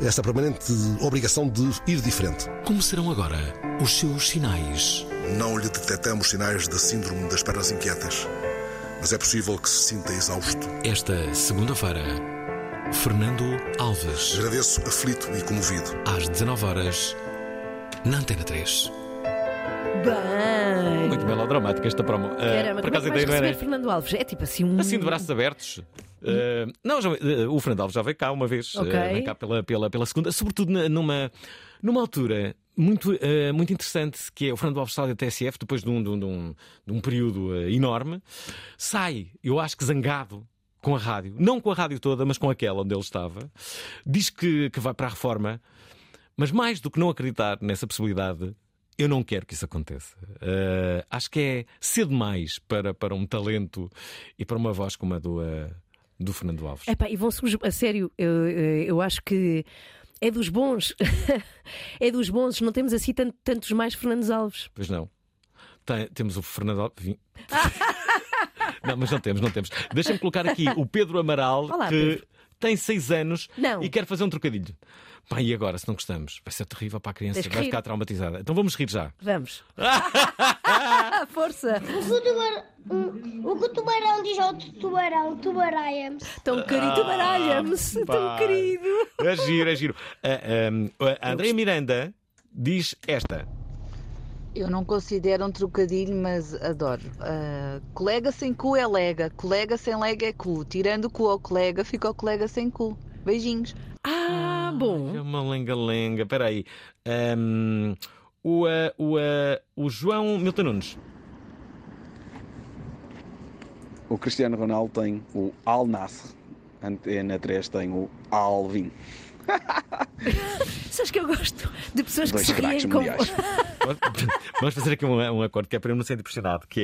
Speaker 12: essa permanente obrigação de ir diferente.
Speaker 2: Como serão agora os seus sinais?
Speaker 12: Não lhe detectamos sinais da síndrome das pernas inquietas, mas é possível que se sinta exausto.
Speaker 2: Esta segunda-feira, Fernando Alves.
Speaker 12: Agradeço aflito e comovido.
Speaker 2: Às 19 horas, na Antena 3.
Speaker 6: Bem.
Speaker 5: Muito melodramática esta promo. Eh,
Speaker 6: Caramba,
Speaker 5: por
Speaker 6: como é
Speaker 5: acaso
Speaker 6: que vais
Speaker 5: ideia não
Speaker 6: receber
Speaker 5: era.
Speaker 6: Fernando Alves? É tipo assim um.
Speaker 5: Assim de braços abertos. Eh, não, já- eh, o Fernando Alves já veio cá uma vez,
Speaker 6: Ok.
Speaker 5: eh, veio cá pela, pela, pela segunda, sobretudo na- numa, numa altura muito, eh, muito interessante, que é o Fernando Alves sai da TSF, depois de um, de um, de um, de um período eh, enorme, sai, eu acho que zangado. Com a rádio, não com a rádio toda, mas com aquela onde ele estava, diz que, que vai para a reforma, mas mais do que não acreditar nessa possibilidade, eu não quero que isso aconteça. Eh, acho que é cedo demais para, para um talento e para uma voz como a do, eh, do Fernando Alves.
Speaker 6: Epá, e vão subju- a sério, eu, eu- eu acho que é dos bons. é dos bons, não temos assim tan- tantos mais Fernandes Alves.
Speaker 5: Pois não. Tem- temos o Fernando Alves. Vim- não, mas não temos, não temos. Deixa-me colocar aqui o Pedro Amaral,
Speaker 6: Olá,
Speaker 5: que
Speaker 6: Pedro.
Speaker 5: tem 6 anos
Speaker 6: Não.
Speaker 5: e quer fazer um trocadilho. Pá, e agora, se não gostamos? Vai ser terrível para a criança,
Speaker 6: Tens que
Speaker 5: vai
Speaker 6: rir.
Speaker 5: ficar traumatizada. Então vamos rir já.
Speaker 6: Vamos. Força!
Speaker 13: O, tubar- o- o que o tubarão diz ao tu- tubarão? Tubaraiam-se.
Speaker 6: Tão querido, tubaralha-me-se, tão
Speaker 5: Ah, Pá.
Speaker 6: querido.
Speaker 5: É giro, é giro. A, a, a Andrea Miranda diz esta.
Speaker 14: Eu não considero um trocadilho, mas adoro. Ah, colega sem cu é lega, colega sem lega é cu. Tirando o cu ao colega, fica o colega sem cu. Beijinhos.
Speaker 6: Ah, bom.
Speaker 5: É uma lenga-lenga. Espera aí. Ahm, o, ah, o, ah, o João Milton Nunes.
Speaker 15: O Cristiano Ronaldo tem o Al Nassr, Antena 3 tem o Alvin.
Speaker 6: Sabes que eu gosto de pessoas
Speaker 15: Dois
Speaker 6: que se riem
Speaker 15: craques
Speaker 6: com...
Speaker 15: mundiais.
Speaker 5: Vamos fazer aqui um, um acordo que é para eu não ser impressionado, que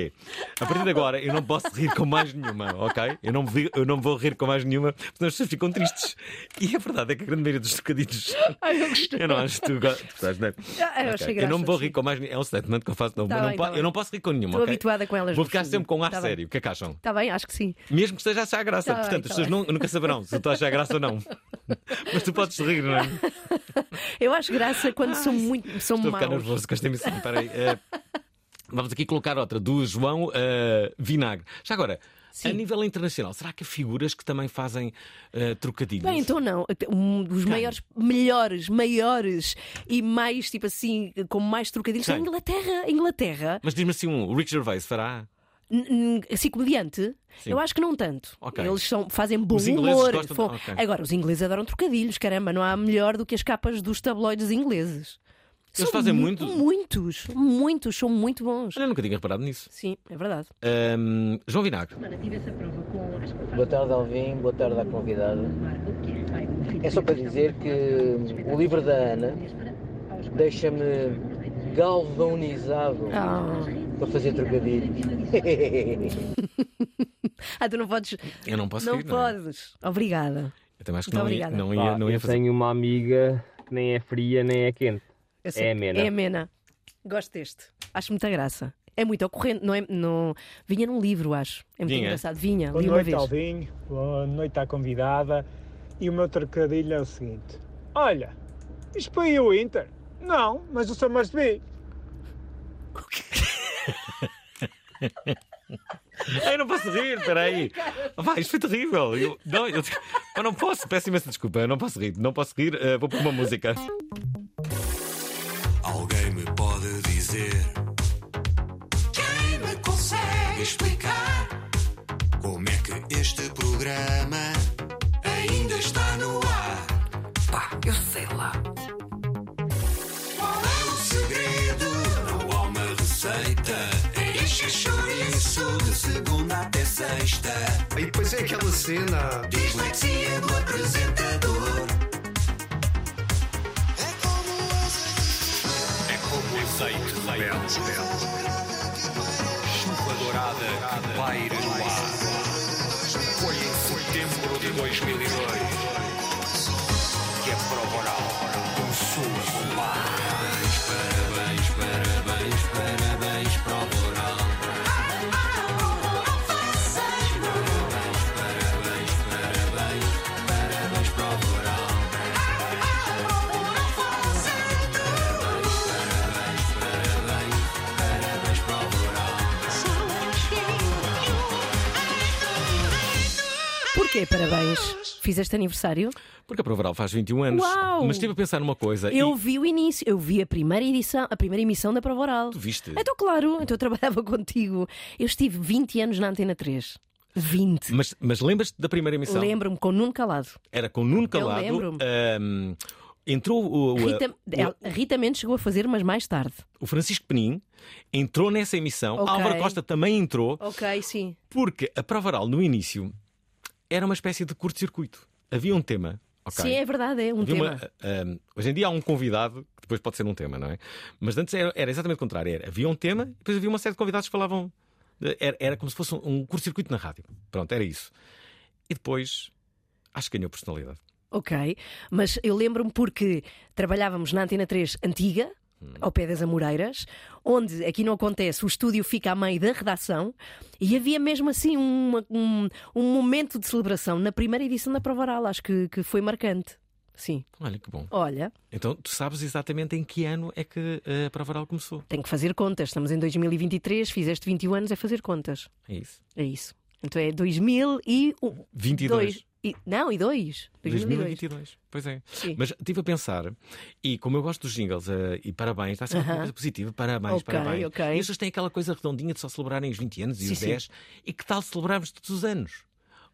Speaker 5: é a partir de agora eu não posso rir com mais nenhuma, ok? Eu não, vi- eu não vou rir com mais nenhuma, porque as pessoas ficam tristes. E a verdade é que a grande maioria dos trocadilhos.
Speaker 6: Ai, Ah, eu gostei.
Speaker 5: Eu não acho que tu go- tu gostas, não é?
Speaker 6: Ah, eu achei
Speaker 5: Ok,
Speaker 6: graça,
Speaker 5: não me vou
Speaker 6: sim.
Speaker 5: rir com mais nenhuma. É um statement que eu faço. Não,
Speaker 6: Tá
Speaker 5: eu não
Speaker 6: bem,
Speaker 5: po-
Speaker 6: tá bem.
Speaker 5: eu não posso rir com nenhuma.
Speaker 6: Estou
Speaker 5: ok?
Speaker 6: habituada com elas,
Speaker 5: Vou ficar
Speaker 6: Rufino.
Speaker 5: sempre com um ar
Speaker 6: Tá bem.
Speaker 5: sério. O que é que acham?
Speaker 6: Está bem, acho que sim.
Speaker 5: Mesmo que esteja a achar
Speaker 6: Tá
Speaker 5: graça.
Speaker 6: bem,
Speaker 5: Portanto, as
Speaker 6: tá
Speaker 5: pessoas
Speaker 6: bem.
Speaker 5: nu- nunca saberão se eu estou a achar graça ou não. Mas tu podes rir, não é?
Speaker 6: Eu acho graça quando são muito são
Speaker 5: Estou a ficar
Speaker 6: maus.
Speaker 5: nervoso com esta emissão. Espera aí. Eh, vamos aqui colocar outra do João eh, Vinagre. Já agora, a nível internacional, será que há figuras que também fazem eh, trocadilhos?
Speaker 6: Bem, então não. Um dos maiores, melhores, maiores e mais, tipo assim, com mais trocadilhos.
Speaker 5: Quem?
Speaker 6: A Inglaterra, a Inglaterra,
Speaker 5: Mas diz-me assim um, o Rick Gervais fará?
Speaker 6: n- n- assim, comediante,
Speaker 5: Sim.
Speaker 6: eu acho que não tanto.
Speaker 5: Ok.
Speaker 6: Eles são, fazem bom
Speaker 5: Os ingleses
Speaker 6: humor.
Speaker 5: gostam de-
Speaker 6: fo-
Speaker 5: ok.
Speaker 6: Agora, os ingleses adoram trocadilhos, caramba, não há melhor do que as capas dos tabloides ingleses.
Speaker 5: Eles fazem
Speaker 6: mu-
Speaker 5: muito?
Speaker 6: Muitos, muitos, são muito bons.
Speaker 5: Eu nunca tinha reparado nisso.
Speaker 6: Sim, é verdade.
Speaker 5: Ahm, João Vinagre.
Speaker 11: Boa tarde, Alvin. Boa tarde à convidada. É só para dizer que hum, o livro da Ana deixa-me galvanizado para fazer trocadilhos.
Speaker 6: Ah, tu não podes.
Speaker 5: Eu não posso
Speaker 6: Não
Speaker 5: rir, não é?
Speaker 6: podes. Obrigada.
Speaker 5: Eu também acho que
Speaker 6: Muito
Speaker 5: não ia,
Speaker 6: obrigada.
Speaker 5: não ia, não ia
Speaker 16: eu
Speaker 5: fazer.
Speaker 16: tenho uma amiga que nem é fria nem é quente.
Speaker 6: Eu sei.
Speaker 16: É amena.
Speaker 6: É amena. Gosto deste. Acho muita graça. É muito ocorrente, não é? Não... Vinha num livro, acho. É muito
Speaker 17: Vinha.
Speaker 6: engraçado. Vinha,
Speaker 17: Boa
Speaker 6: li uma
Speaker 17: noite,
Speaker 6: vez.
Speaker 17: Alvin. Boa noite à convidada. E o meu trocadilho é o seguinte: Olha, isto foi o Inter. Não, mas o São Marcelino.
Speaker 5: Ai, não posso rir, peraí. Vai, isto foi terrível. Eu não, eu, eu não posso, peço imensa desculpa, eu não posso rir, não posso rir, eh, vou pôr uma música.
Speaker 18: Alguém me pode dizer
Speaker 19: Quem me consegue explicar
Speaker 18: como é que este programa ainda está no ar? Pá, eu sei lá.
Speaker 19: qual é o segredo?
Speaker 18: Não há uma receita. É este chouriço de segunda até sexta. E depois é aquela cena. Dislexia do apresentador. É como azeite de mel. Chuva dourada que paira no ar. Foi em setembro de 2002 que a prova oral começou a bombar. Parabéns, parabéns, parabéns, prova oral. Parabéns, parabéns, parabéns, prova oral. Parabéns, parabéns, parabéns, prova oral.
Speaker 6: Porquê? Parabéns. Fizeste aniversário?
Speaker 5: Porque a Provaral faz 21 anos.
Speaker 6: Uau!
Speaker 5: Mas estive a pensar numa coisa. e
Speaker 6: Eu vi o início, eu vi a primeira edição, a primeira emissão da Prova Oral.
Speaker 5: Tu viste?
Speaker 6: Então, claro, então eu trabalhava contigo. Eu estive 20 anos na Antena 3. 20.
Speaker 5: Mas, mas lembras-te da primeira emissão?
Speaker 6: Lembro-me com Nuno Calado.
Speaker 5: Era com Nuno Calado.
Speaker 6: lembro-me.
Speaker 5: ahm, entrou o, o,
Speaker 6: Rita, ela- Rita Mendes chegou a fazer, mas mais tarde.
Speaker 5: o Francisco Penin, entrou nessa emissão.
Speaker 6: Ok.
Speaker 5: Álvaro Costa também entrou.
Speaker 6: Ok, sim.
Speaker 5: Porque a Prova Oral, no início, era uma espécie de curto-circuito. Havia um tema. ok?
Speaker 6: Sim, é verdade, é um
Speaker 5: Havia
Speaker 6: tema.
Speaker 5: uma- ahm, hoje em dia há um convidado que depois pode ser um tema, não é? Mas antes era, era exatamente o contrário. Era- havia um tema e depois havia uma série de convidados que falavam. de- Era, era como se fosse um, um curto-circuito na rádio. Pronto, era isso. E depois acho que ganhou personalidade.
Speaker 6: Ok, mas eu lembro-me porque trabalhávamos na Antena 3 antiga,
Speaker 5: Hum.
Speaker 6: ao pé das Amoreiras, onde aqui não acontece, o estúdio fica a meio da redação e havia mesmo assim uma- um, um momento de celebração na primeira edição da Prova Oral, acho que, que foi marcante. Sim.
Speaker 5: Olha que bom.
Speaker 6: Olha,
Speaker 5: Então tu sabes exatamente em que ano é que eh, a Prova Oral começou.
Speaker 6: tenho que fazer contas, estamos em 2023, fizeste 21 anos, é fazer contas.
Speaker 5: É isso.
Speaker 6: É isso. Então é 2022.
Speaker 5: 22.
Speaker 6: um, E, não, e dois. 2022.
Speaker 5: 2022. Pois é.
Speaker 6: Sim.
Speaker 5: Mas estive a pensar, e como eu gosto dos jingles, eh, e parabéns, está sempre uma
Speaker 6: Aham.
Speaker 5: coisa positiva, parabéns,
Speaker 6: Ok,
Speaker 5: parabéns.
Speaker 6: ok.
Speaker 5: E as pessoas têm aquela coisa redondinha de só celebrarem os 20 anos e
Speaker 6: Sim,
Speaker 5: os
Speaker 6: sim.
Speaker 5: 10, e que tal celebrarmos todos os anos?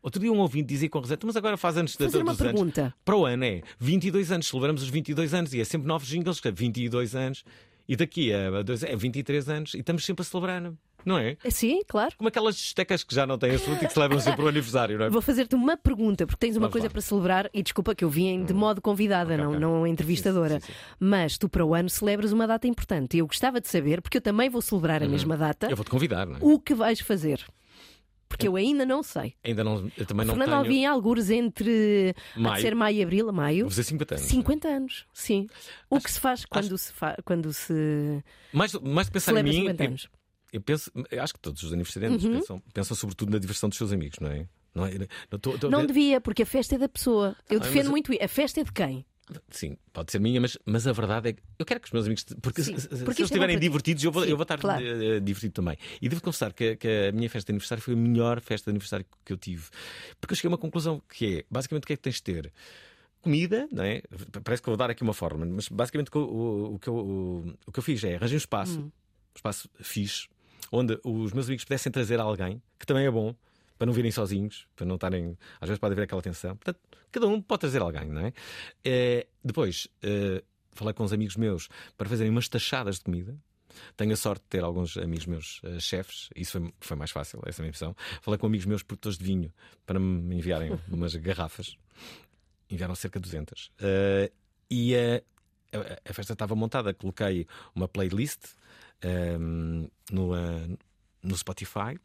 Speaker 5: Outro dia um ouvinte dizia com resento, mas agora faz anos de
Speaker 6: Fazer
Speaker 5: todos
Speaker 6: uma
Speaker 5: os anos.
Speaker 6: pergunta.
Speaker 5: Para o ano é 22 anos, celebramos os 22 anos, e é sempre novos jingles, que é 22 anos, e daqui a dois, é 23 anos, e estamos sempre a celebrar. Não é?
Speaker 6: Ah, Sim, claro.
Speaker 5: Como aquelas estecas que já não têm assunto e que celebram sempre o aniversário, não é?
Speaker 6: Vou fazer-te uma pergunta, porque tens uma
Speaker 5: Vamos
Speaker 6: coisa
Speaker 5: lá. Hum.
Speaker 6: para celebrar e desculpa que eu vim de modo convidada, não, não entrevistadora. Mas tu para o ano celebras uma data importante e eu gostava de saber, porque eu também vou celebrar a
Speaker 5: Uhum.
Speaker 6: mesma data,
Speaker 5: Eu vou-te convidar, não é?
Speaker 6: o que vais fazer. Porque eu ainda não sei.
Speaker 5: Ainda não, eu também não
Speaker 6: Fernando
Speaker 5: tenho.
Speaker 6: Alvim, é algures entre há de
Speaker 5: Maio.
Speaker 6: ser maio e abril, maio.
Speaker 5: Vou fazer 50 anos.
Speaker 6: 50 anos, sim. O que se faz quando se fa- quando se
Speaker 5: Mais, mais de pensar em
Speaker 6: Celebra
Speaker 5: mim. tipo,
Speaker 6: 50
Speaker 5: eu-
Speaker 6: anos.
Speaker 5: Eu penso, eu acho que todos os aniversariantes
Speaker 6: Uhum.
Speaker 5: pensam, pensam sobretudo na diversão dos seus amigos, não é? Não, é, não, tô- tô-
Speaker 6: Não devia, porque a festa é da pessoa. Eu
Speaker 5: Ah,
Speaker 6: defendo
Speaker 5: mas-
Speaker 6: muito isso. A festa é de quem?
Speaker 5: Sim, pode ser minha, mas, mas a verdade é que eu quero que os meus amigos. Porque
Speaker 6: Sim,
Speaker 5: se, se-
Speaker 6: porque
Speaker 5: se
Speaker 6: isto
Speaker 5: eles
Speaker 6: é
Speaker 5: estiverem
Speaker 6: bom para ti.
Speaker 5: divertidos, eu vou,
Speaker 6: Sim,
Speaker 5: eu vou estar
Speaker 6: claro.
Speaker 5: eh, divertido também. E devo confessar que, que a minha festa de aniversário foi a melhor festa de aniversário que eu tive. Porque eu cheguei a uma conclusão que é: basicamente, o que é que tens de ter? Comida, não é? Parece que eu vou dar aqui uma forma, mas basicamente o, que eu- o- o que, eu, o, o que eu fiz é arranjei um espaço,
Speaker 20: Hum.
Speaker 5: um espaço fixe, onde os meus amigos pudessem trazer alguém, que também é bom, para não virem sozinhos, para não estarem. Às vezes pode haver aquela tensão. Portanto, cada um pode trazer alguém, não é? Eh, depois, eh, falei com uns amigos meus para fazerem umas tachadas de comida. Tenho a sorte de ter alguns amigos meus eh, chefes, isso foi, foi mais fácil, essa é minha missão. Falei com amigos meus produtores de vinho para me enviarem umas garrafas. Enviaram cerca de 200. Eh, e eh, a, a festa estava montada, coloquei uma playlist eh, no, eh, no Spotify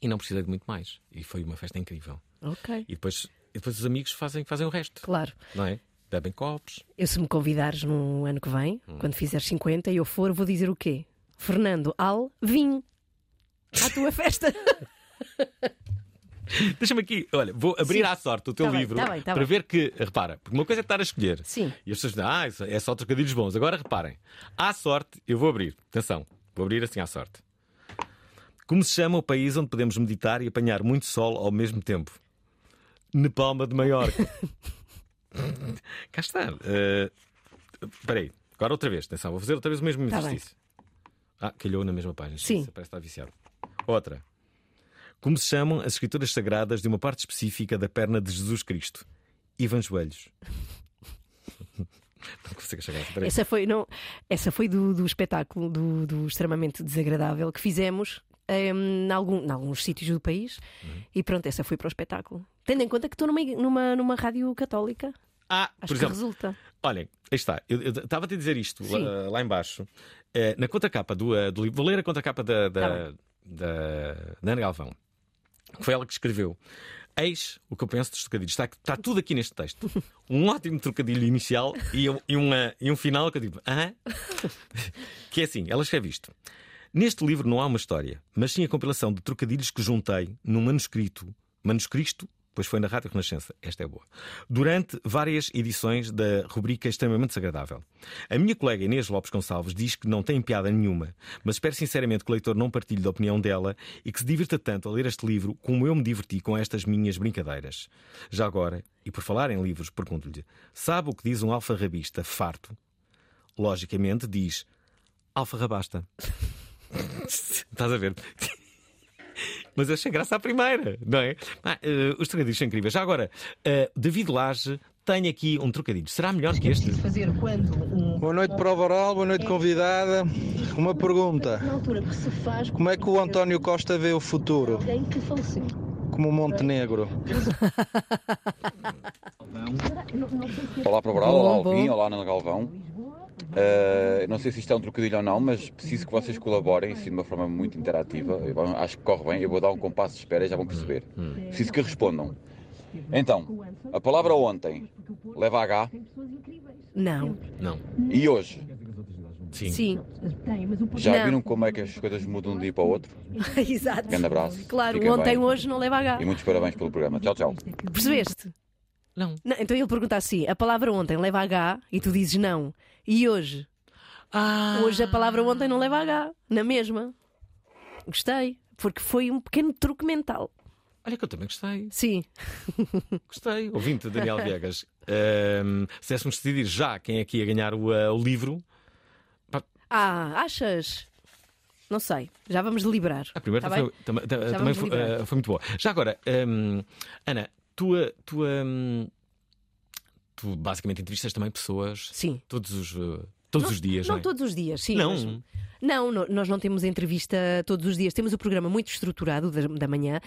Speaker 5: e não precisei de muito mais. E foi uma festa incrível.
Speaker 6: Ok.
Speaker 5: E depois, e depois os amigos fazem, fazem o resto.
Speaker 6: Claro.
Speaker 5: Não é? Bebem copos.
Speaker 6: Eu, se me convidares no ano que vem,
Speaker 5: Hum.
Speaker 6: quando fizer 50 e eu for, vou dizer o quê? Fernando Alvim. À tua festa.
Speaker 5: Deixa-me aqui, olha, vou abrir
Speaker 6: Sim.
Speaker 5: à sorte o teu
Speaker 6: Tá bem,
Speaker 5: livro
Speaker 6: tá bem, tá
Speaker 5: para
Speaker 6: bem.
Speaker 5: ver que, repara, porque uma coisa é estar a escolher.
Speaker 6: Sim.
Speaker 5: E as pessoas dizem, ah, isso é só trocadilhos bons. Agora reparem, à sorte, eu vou abrir, atenção, vou abrir assim à sorte. Como se chama o país onde podemos meditar e apanhar muito sol ao mesmo tempo? Nepalma de Maiorca. Cá está. Eh, Espera aí, agora outra vez, atenção, vou fazer outra vez o mesmo
Speaker 6: Tá
Speaker 5: exercício. ah, calhou na mesma página.
Speaker 6: Sim.
Speaker 5: Parece estar viciado. Outra. Como se chamam as escrituras sagradas de uma parte específica da perna de Jesus Cristo? Evangelhos. Não consigo Então, chegar. Espera aí.
Speaker 6: Essa foi, não, essa foi do, do espetáculo do, do extremamente desagradável que fizemos em algum, em alguns sítios do país.
Speaker 5: Uhum.
Speaker 6: E pronto, essa foi para o espetáculo. Tendo em conta que estou numa, igre- numa, numa rádio católica.
Speaker 5: Ah,
Speaker 6: Acho
Speaker 5: por
Speaker 6: que
Speaker 5: exemplo,
Speaker 6: resulta.
Speaker 5: Olhem, aí está. Eu eu estava-te a dizer isto
Speaker 6: Sim.
Speaker 5: lá, lá embaixo. Eh, na contracapa do, eh, do livro, vou ler a contracapa da, da,
Speaker 6: Tá
Speaker 5: da- da Ana Galvão. Foi ela que escreveu. Eis o que eu penso dos trocadilhos. Está, está tudo aqui neste texto. Um ótimo trocadilho inicial e, um- e uma- e um final que eu digo, ah, que é assim, ela escreve isto. Neste livro não há uma história, mas sim a compilação de trocadilhos que juntei num manuscrito. Manuscrito, pois foi na Rádio Renascença. Esta é boa. Durante várias edições da rubrica Extremamente Desagradável. A minha colega Inês Lopes Gonçalves diz que não tem piada nenhuma, mas espero sinceramente que o leitor não partilhe da opinião dela e que se divirta tanto a ler este livro como eu me diverti com estas minhas brincadeiras. Já agora, e por falar em livros, pergunto-lhe: sabe o que diz um alfarrabista farto? Logicamente diz alfarrabasta. Estás a ver? Mas eu achei graça à primeira, não é? Ah, eh, os trocadilhos são incríveis. Já agora, eh, David Lage tem aqui um trocadilho. Será melhor que este?
Speaker 21: fazer quando um.
Speaker 22: Boa noite, Prova Oral, boa noite, convidada. Uma pergunta:
Speaker 21: Na altura que se faz.
Speaker 22: Como é que o António Costa vê o futuro?
Speaker 21: Alguém que assim. faleceu.
Speaker 22: Como o Montenegro?
Speaker 21: Não, não sei se é-
Speaker 20: Olá, Proboral,
Speaker 22: Bom,
Speaker 20: olá,
Speaker 22: bom.
Speaker 20: Alvim, olá, Ana Galvão. Ah, não sei se isto é um trocadilho ou não, mas preciso que vocês colaborem assim, de uma forma muito interativa. Eu acho que corre bem. Eu vou dar um compasso de espera e já vão perceber. Preciso que respondam. Então, a palavra ontem leva H
Speaker 6: Não.
Speaker 5: Não.
Speaker 20: e hoje.
Speaker 6: Sim.
Speaker 20: Já
Speaker 6: Não.
Speaker 20: viram como é que as coisas mudam de um dia para o outro?
Speaker 6: Exato.
Speaker 20: Grande abraço.
Speaker 6: Claro,
Speaker 20: Fiquem
Speaker 6: ontem,
Speaker 20: bem.
Speaker 6: hoje não leva H.
Speaker 20: E muitos parabéns pelo programa. Tchau, tchau.
Speaker 6: Percebeste?
Speaker 5: Não.
Speaker 6: Então ele pergunta assim: a palavra ontem leva H e tu dizes não. E hoje?
Speaker 5: Ah.
Speaker 6: Hoje a palavra ontem não leva H. Na mesma. Gostei. Porque foi um pequeno truque mental.
Speaker 5: Olha que eu também gostei.
Speaker 6: Sim.
Speaker 5: Gostei. Ouvinte Daniel Viegas, ehm, se tivéssemos de decidir já quem é que ia ganhar o, eh, o livro,
Speaker 6: Ah, achas? Não sei. Já vamos deliberar.
Speaker 5: a primeira
Speaker 6: Tá
Speaker 5: foi-
Speaker 6: bem?
Speaker 5: tam- tam-
Speaker 6: Já
Speaker 5: também
Speaker 6: vamos
Speaker 5: foi,
Speaker 6: liberar.
Speaker 5: eh, foi muito boa. Já agora, ehm, Ana, eh, tua. tua hum, Tu basicamente ehm, entrevistas também pessoas.
Speaker 6: Sim.
Speaker 5: Todos os eh, Todos
Speaker 6: Não-
Speaker 5: os dias,
Speaker 6: Não,
Speaker 5: não, é?
Speaker 6: todos os dias, sim.
Speaker 5: Não.
Speaker 6: mas- Não, no- nós não temos entrevista todos os dias. Temos o programa muito estruturado da, da manhã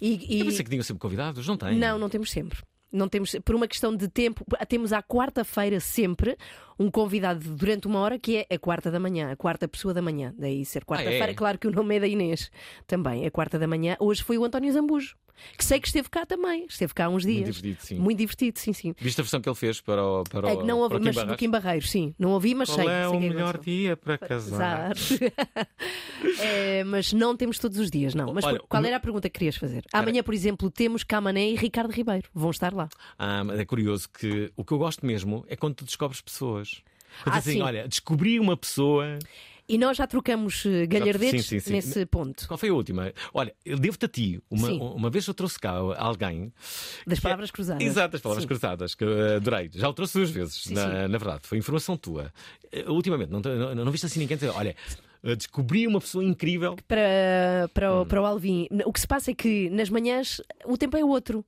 Speaker 6: e. e-
Speaker 5: Eu pensei que tinham sempre convidados, não tem?
Speaker 6: Não, não temos sempre. Não temos, por uma questão de tempo, temos à quarta-feira sempre um convidado durante uma hora que é a quarta da manhã, a quarta pessoa da manhã. Daí ser quarta-feira,
Speaker 5: é?
Speaker 6: claro que o nome é da Inês também, é quarta da manhã. Hoje foi o António Zambujo, que sei que esteve cá também, esteve cá há uns dias.
Speaker 5: divertido, sim.
Speaker 6: Muito divertido, sim, sim.
Speaker 5: Viste a versão que ele fez para o. Para
Speaker 6: É
Speaker 5: o
Speaker 6: que não ouvi,
Speaker 5: para o Kim
Speaker 6: mas do
Speaker 5: Barras?
Speaker 6: Kim Barreiros, sim. Não ouvi, mas
Speaker 5: Qual
Speaker 6: sei.
Speaker 5: é
Speaker 6: sei
Speaker 5: o
Speaker 6: que
Speaker 5: melhor
Speaker 6: aconteceu.
Speaker 5: dia para casar?
Speaker 6: É, mas não temos todos os dias, não. Mas
Speaker 5: Olha,
Speaker 6: qual
Speaker 5: o-
Speaker 6: era a pergunta que querias fazer? Amanhã, por exemplo, temos Camané e Ricardo Ribeiro. Vão estar lá.
Speaker 5: Ah, mas é curioso que o que eu gosto mesmo é quando tu descobres pessoas. Quando
Speaker 6: Ah,
Speaker 5: dizem,
Speaker 6: sim.
Speaker 5: olha, descobri uma pessoa.
Speaker 6: E nós já trocamos eh, galhardetes
Speaker 5: Sim, sim, sim.
Speaker 6: nesse ponto.
Speaker 5: Qual foi a última? Olha, eu devo-te a ti. Uma,
Speaker 6: Sim.
Speaker 5: uma vez eu trouxe cá alguém.
Speaker 6: Das palavras cruzadas.
Speaker 5: É, Exato, as palavras
Speaker 6: Sim.
Speaker 5: cruzadas, que eu adorei. Já o trouxe duas vezes,
Speaker 6: Sim,
Speaker 5: na,
Speaker 6: sim.
Speaker 5: na verdade. Foi informação tua. Eh, Ultimamente, não, te- não, não viste assim ninguém dizer, olha, eh, descobri uma pessoa incrível.
Speaker 6: Para, para,
Speaker 5: Hum.
Speaker 6: o- para o Alvin. O que se passa é que nas manhãs o tempo é outro.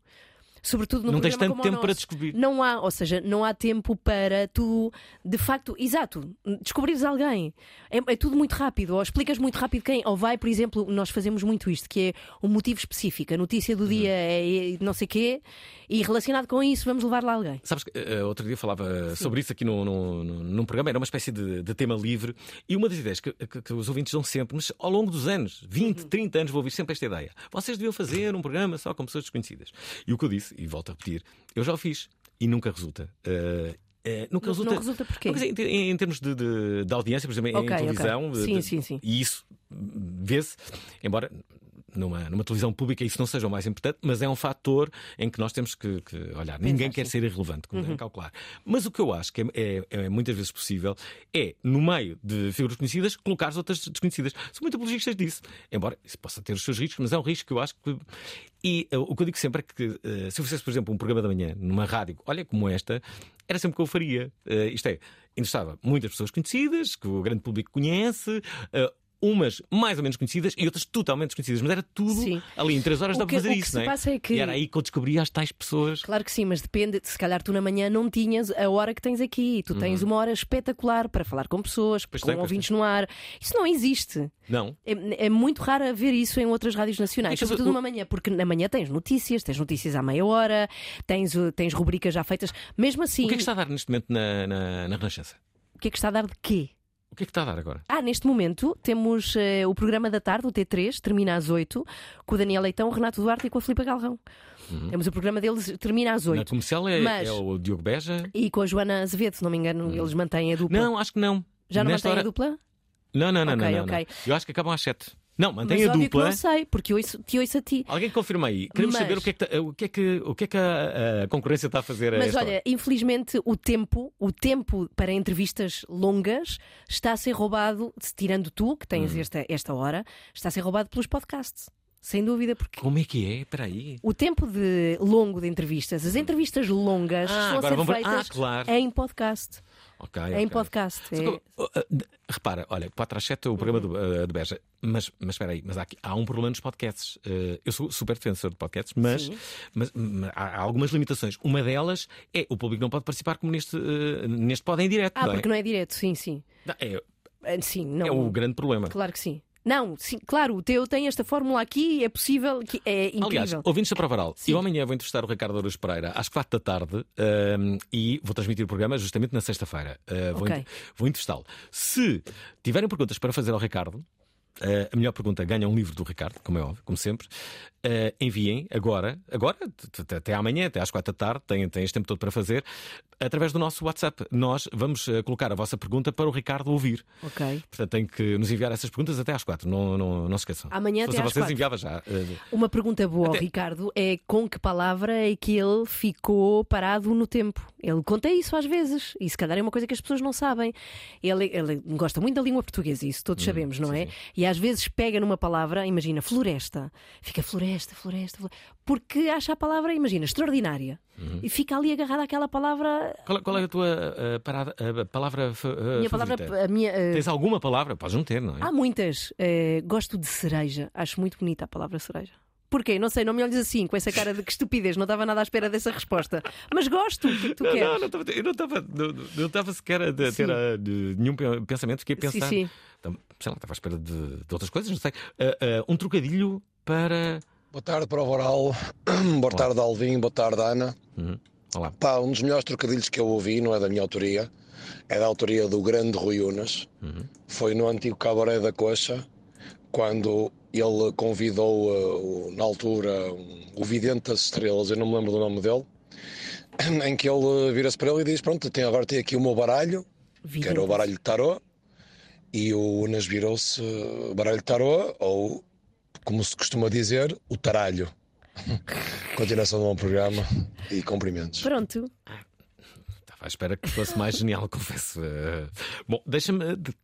Speaker 6: Sobretudo no
Speaker 5: Não tens tanto tempo para
Speaker 6: descobrir. Não há, ou seja, não há tempo para tu, de facto, exato, descobrires alguém. É, é tudo muito rápido, ou explicas muito rápido quem, ou vai, por exemplo, nós fazemos muito isto, que é um motivo específico. A notícia do
Speaker 5: Uhum.
Speaker 6: dia é é não sei quê, e relacionado com isso, vamos levar lá alguém.
Speaker 5: Sabes que eh, outro dia falava sobre isso aqui no, no, no- num programa, era uma espécie de, de tema livre, e uma das ideias que, que- que os ouvintes dão sempre, mas ao longo dos anos, 20,
Speaker 6: Uhum.
Speaker 5: 30 anos, vou ouvir sempre esta ideia. Vocês deviam fazer um programa só com pessoas desconhecidas. E o que eu disse, e volto a repetir, eu já o fiz e nunca resulta. Eh, eh, nunca
Speaker 6: Não-
Speaker 5: resulta.
Speaker 6: não resulta porquê?
Speaker 5: Não, quer dizer, em, em- em termos de, de- de audiência, por exemplo,
Speaker 6: Ok, ok.
Speaker 5: em televisão. de-
Speaker 6: Sim,
Speaker 5: de-
Speaker 6: sim, sim.
Speaker 5: E isso hum, vê-se, embora. Numa, numa televisão pública isso não seja o mais importante, mas é um fator em que nós temos que, que olhar. Ninguém quer ser irrelevante, como devem
Speaker 23: Uhum.
Speaker 5: calcular. Mas o que eu acho que é, é- é muitas vezes possível é, no meio de figuras conhecidas, colocar outras desconhecidas. São muito apologistas disso. Embora isso possa ter os seus riscos, mas é um risco que eu acho que. E eh, o que eu digo sempre é que eh, se eu fizesse, por exemplo, um programa da manhã numa rádio, olha como esta, era sempre o que eu faria. Eh, isto é, interessava muitas pessoas conhecidas, que o grande público conhece. eh, Umas mais ou menos conhecidas e outras totalmente desconhecidas, mas era tudo ali em três horas
Speaker 6: O
Speaker 5: dá para
Speaker 6: que-
Speaker 5: fazer
Speaker 6: o que
Speaker 5: isso,
Speaker 6: se
Speaker 5: não é?
Speaker 6: passa é que-
Speaker 5: E era aí que eu descobri as tais pessoas.
Speaker 6: Claro que sim, mas depende. Se calhar tu na manhã não tinhas a hora que tens aqui. Tu tens uma hora espetacular para falar com pessoas,
Speaker 5: Uhum. Pois
Speaker 6: com
Speaker 5: tem, pois
Speaker 6: ouvintes no ar. Isso não existe.
Speaker 5: Não.
Speaker 6: É, é muito raro haver isso em outras rádios nacionais,
Speaker 5: Deixa-me-
Speaker 6: sobretudo
Speaker 5: o-
Speaker 6: numa manhã, porque na manhã tens notícias, tens notícias à meia hora, tens, uh, tens rubricas já feitas. Mesmo assim, é
Speaker 5: O que é que está a dar neste momento na, na, na Renascença?
Speaker 6: está a dar de quê?
Speaker 5: O que é que está a dar agora?
Speaker 6: Ah, neste momento temos eh, o programa da tarde, o T3, termina às 8, com o Daniel Leitão, o Renato Duarte e com a Filipa Galrão.
Speaker 5: Uhum.
Speaker 6: Temos o programa deles, termina às 8.
Speaker 5: Na comercial é,
Speaker 6: Mas-
Speaker 5: é o Diogo Beja?
Speaker 6: E com a Joana Azevedo, se não me engano, eles mantêm a dupla.
Speaker 5: Uhum. Não, acho que não.
Speaker 6: Já não
Speaker 5: Nesta
Speaker 6: mantêm a
Speaker 5: hora-
Speaker 6: dupla?
Speaker 5: Não, não, não,
Speaker 6: Ok,
Speaker 5: não, não,
Speaker 6: ok.
Speaker 5: não. Eu acho que acabam às 7. Não, mantém
Speaker 6: Mas
Speaker 5: a
Speaker 6: óbvio
Speaker 5: dupla. é?
Speaker 6: que não sei, porque eu ouço, te ouço a ti.
Speaker 5: Alguém confirma aí. Queremos
Speaker 6: Mas-
Speaker 5: saber o que é que, ta- o que, é que, o que, é que a, a concorrência está a fazer a
Speaker 6: Mas
Speaker 5: esta
Speaker 6: olha,
Speaker 5: hora.
Speaker 6: infelizmente o tempo, o tempo para entrevistas longas está a ser roubado, se tirando tu, que tens
Speaker 5: Hum.
Speaker 6: esta, esta hora, está a ser roubado pelos podcasts. Sem dúvida, porque
Speaker 5: Como é que é? Espera aí.
Speaker 6: o tempo de longo de entrevistas, as entrevistas longas
Speaker 5: Ah,
Speaker 6: estão a
Speaker 5: agora
Speaker 6: ser
Speaker 5: vão para-
Speaker 6: feitas
Speaker 5: Ah, claro.
Speaker 6: em podcast.
Speaker 5: Ok,
Speaker 6: Em
Speaker 5: ok.
Speaker 6: podcast.
Speaker 5: Só que
Speaker 6: é-
Speaker 5: eu- oh, ah, de- repara, olha, 4 às 7 é o programa
Speaker 6: Uhum.
Speaker 5: do, ah, de Beja. Mas, mas espera aí, mas há, aqui- há um problema nos podcasts. Ah, eu sou super defensor de podcasts, mas,
Speaker 1: Sim.
Speaker 5: mas, hum, há, há algumas limitações. Uma delas é o público não pode participar como neste, ah, neste podem em direto.
Speaker 6: Ah,
Speaker 5: não é?
Speaker 6: porque não é direto, sim, sim.
Speaker 5: Não, é-
Speaker 6: Ah, Sim, não.
Speaker 5: É o grande problema.
Speaker 6: Claro que sim. Não, sim, claro, o teu tem esta fórmula aqui, é possível, que é incrível.
Speaker 5: Aliás, ouvintes da Provaral, eu amanhã vou entrevistar o Ricardo Ouros Pereira às quatro da tarde hum, e vou transmitir o programa justamente na sexta-feira. Uh, vou,
Speaker 6: Ok.
Speaker 5: ent- vou entrevistá-lo. Se tiverem perguntas para fazer ao Ricardo, uh, a melhor pergunta ganha um livro do Ricardo, como é óbvio, como sempre. Uh, enviem agora, agora, t- t- até amanhã, até às quatro da tarde, têm, têm este tempo todo para fazer, através do nosso WhatsApp. Nós vamos uh, colocar a vossa pergunta para o Ricardo ouvir.
Speaker 6: Ok.
Speaker 5: Portanto, tem que nos enviar essas perguntas até às quatro, não, não, não se esqueçam.
Speaker 6: Amanhã
Speaker 5: Se fosse
Speaker 6: até
Speaker 5: a
Speaker 6: às
Speaker 5: vocês
Speaker 6: quatro.
Speaker 5: enviava já. uh,
Speaker 6: Uma pergunta boa ao Ricardo é com que palavra é que ele ficou parado no tempo? Ele conta isso às vezes e se calhar é uma coisa que as pessoas não sabem. Ele, ele gosta muito da língua portuguesa, isso todos sabemos, não é? E às vezes pega numa palavra, imagina floresta, fica floresta, floresta, floresta porque acha a palavra, imagina, extraordinária e fica ali agarrada àquela palavra.
Speaker 5: Qual, é- qual é a tua ah, parada- ah, palavra fa- ah,
Speaker 6: Minha palavra- Ah,
Speaker 5: favorita?
Speaker 6: a minha, ah,
Speaker 5: Tens alguma palavra? Podes não ter, não é?
Speaker 6: Há muitas. Eh, gosto de cereja, acho muito bonita a palavra cereja. Porquê? Não sei, não me olhes assim, com essa cara de que estupidez, não estava nada à espera dessa resposta. Mas gosto, o que é que tu
Speaker 5: não,
Speaker 6: queres?
Speaker 5: não, não estava- eu não estava, não, não- não estava sequer a ter
Speaker 6: Sim.
Speaker 5: ah, de- nenhum pe- pensamento, fiquei a
Speaker 6: Sim,
Speaker 5: pensar.
Speaker 6: sim.
Speaker 5: Então, sei lá, estava à espera de, de outras coisas, não sei. Ah, ah, um trocadilho para.
Speaker 23: Boa tarde, Prova Oral. Boa tarde, Alvin. Boa tarde, Ana.
Speaker 5: Olá.
Speaker 23: Pá, um dos melhores trocadilhos que eu ouvi, não é da minha autoria, é da autoria do grande Rui Unas. Foi no antigo Cabaré da Coxa, quando ele convidou, eh, o- na altura, um- o Vidente das Estrelas, eu não me lembro do nome dele, em que ele eh, vira-se para ele e diz: Pronto, tem, agora tem aqui o meu baralho, que era o baralho de tarô, e o Unas virou-se eh, baralho de tarô, ou, como se costuma dizer, o taralho. Continuação do bom programa e cumprimentos.
Speaker 6: Pronto.
Speaker 5: Estava à espera que fosse mais genial, confesso. Ah, bom, deixa-me ah, de-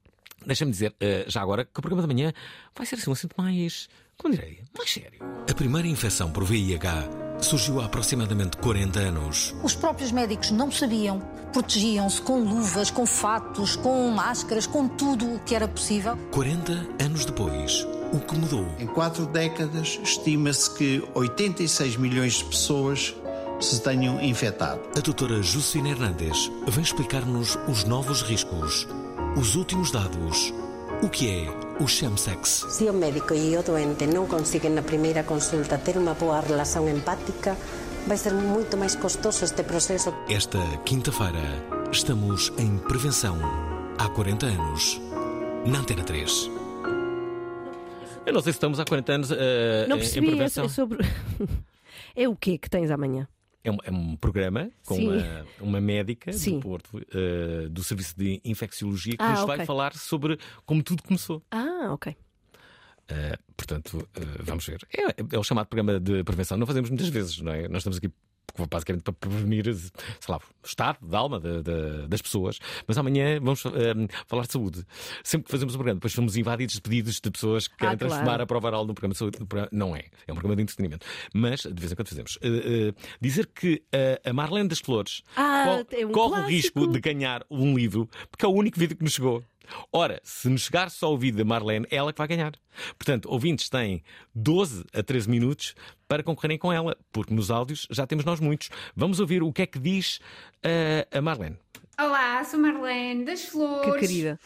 Speaker 5: deixa-me dizer, ah, já agora, que o programa da manhã vai ser assim um assunto mais. Como direi? Mais sério.
Speaker 2: A primeira infecção por VIH surgiu há aproximadamente 40 anos.
Speaker 1: Os próprios médicos não sabiam, protegiam-se com luvas, com fatos, com máscaras, com tudo o que era possível.
Speaker 2: 40 anos depois, o que mudou?
Speaker 4: Em quatro décadas, estima-se que 86 milhões de pessoas se tenham infectado.
Speaker 2: A doutora Juscelina Hernandes vem explicar-nos os novos riscos, os últimos dados, o que é o chemsex.
Speaker 24: Si o um médico e o doente non consiguen na primeira consulta ter unha boa relación empática, vai ser moito máis costoso este proceso.
Speaker 2: Esta quinta-feira, estamos em prevenção. Há 40 anos, na Antena 3.
Speaker 5: Eu não sei se estamos há 40 anos ah,
Speaker 6: Não
Speaker 5: em-
Speaker 6: percebi,
Speaker 5: em
Speaker 6: é,
Speaker 5: prevenção.
Speaker 6: é sobre. é o quê que tens amanhã?
Speaker 5: É um, é um programa com
Speaker 6: Sim.
Speaker 5: uma, uma médica
Speaker 6: Sim.
Speaker 5: do Porto, eh, do Serviço de Infecciologia, que
Speaker 6: Ah,
Speaker 5: nos
Speaker 6: ok.
Speaker 5: vai falar sobre como tudo começou.
Speaker 6: Ah, ok.
Speaker 5: Eh, portanto, eh, vamos ver. É, é o chamado programa de prevenção. Não fazemos muitas vezes, não é? Nós estamos aqui basicamente para prevenir, sei lá, o estado da alma da- da- das pessoas. Mas amanhã vamos eh, falar de saúde. Sempre que fazemos um programa, depois somos invadidos de pedidos de pessoas que querem
Speaker 25: claro.
Speaker 5: transformar a prova oral no programa de saúde. No programa- Não é. É um programa de entretenimento. Mas, de vez em quando fazemos. Eh, eh, dizer que eh, a Marlene das Flores
Speaker 6: Ah,
Speaker 5: co-
Speaker 6: é um
Speaker 5: corre o
Speaker 6: clássico.
Speaker 5: risco de ganhar um livro, porque é o único vídeo que nos chegou. Ora, se nos chegar só o vídeo da Marlene, é ela que vai ganhar. Portanto, ouvintes têm 12 a 13 minutos para concorrerem com ela, porque nos áudios já temos nós muitos. Vamos ouvir o que é que diz eh, a Marlene.
Speaker 26: Olá, sou Marlene das Flores.
Speaker 6: Que querida.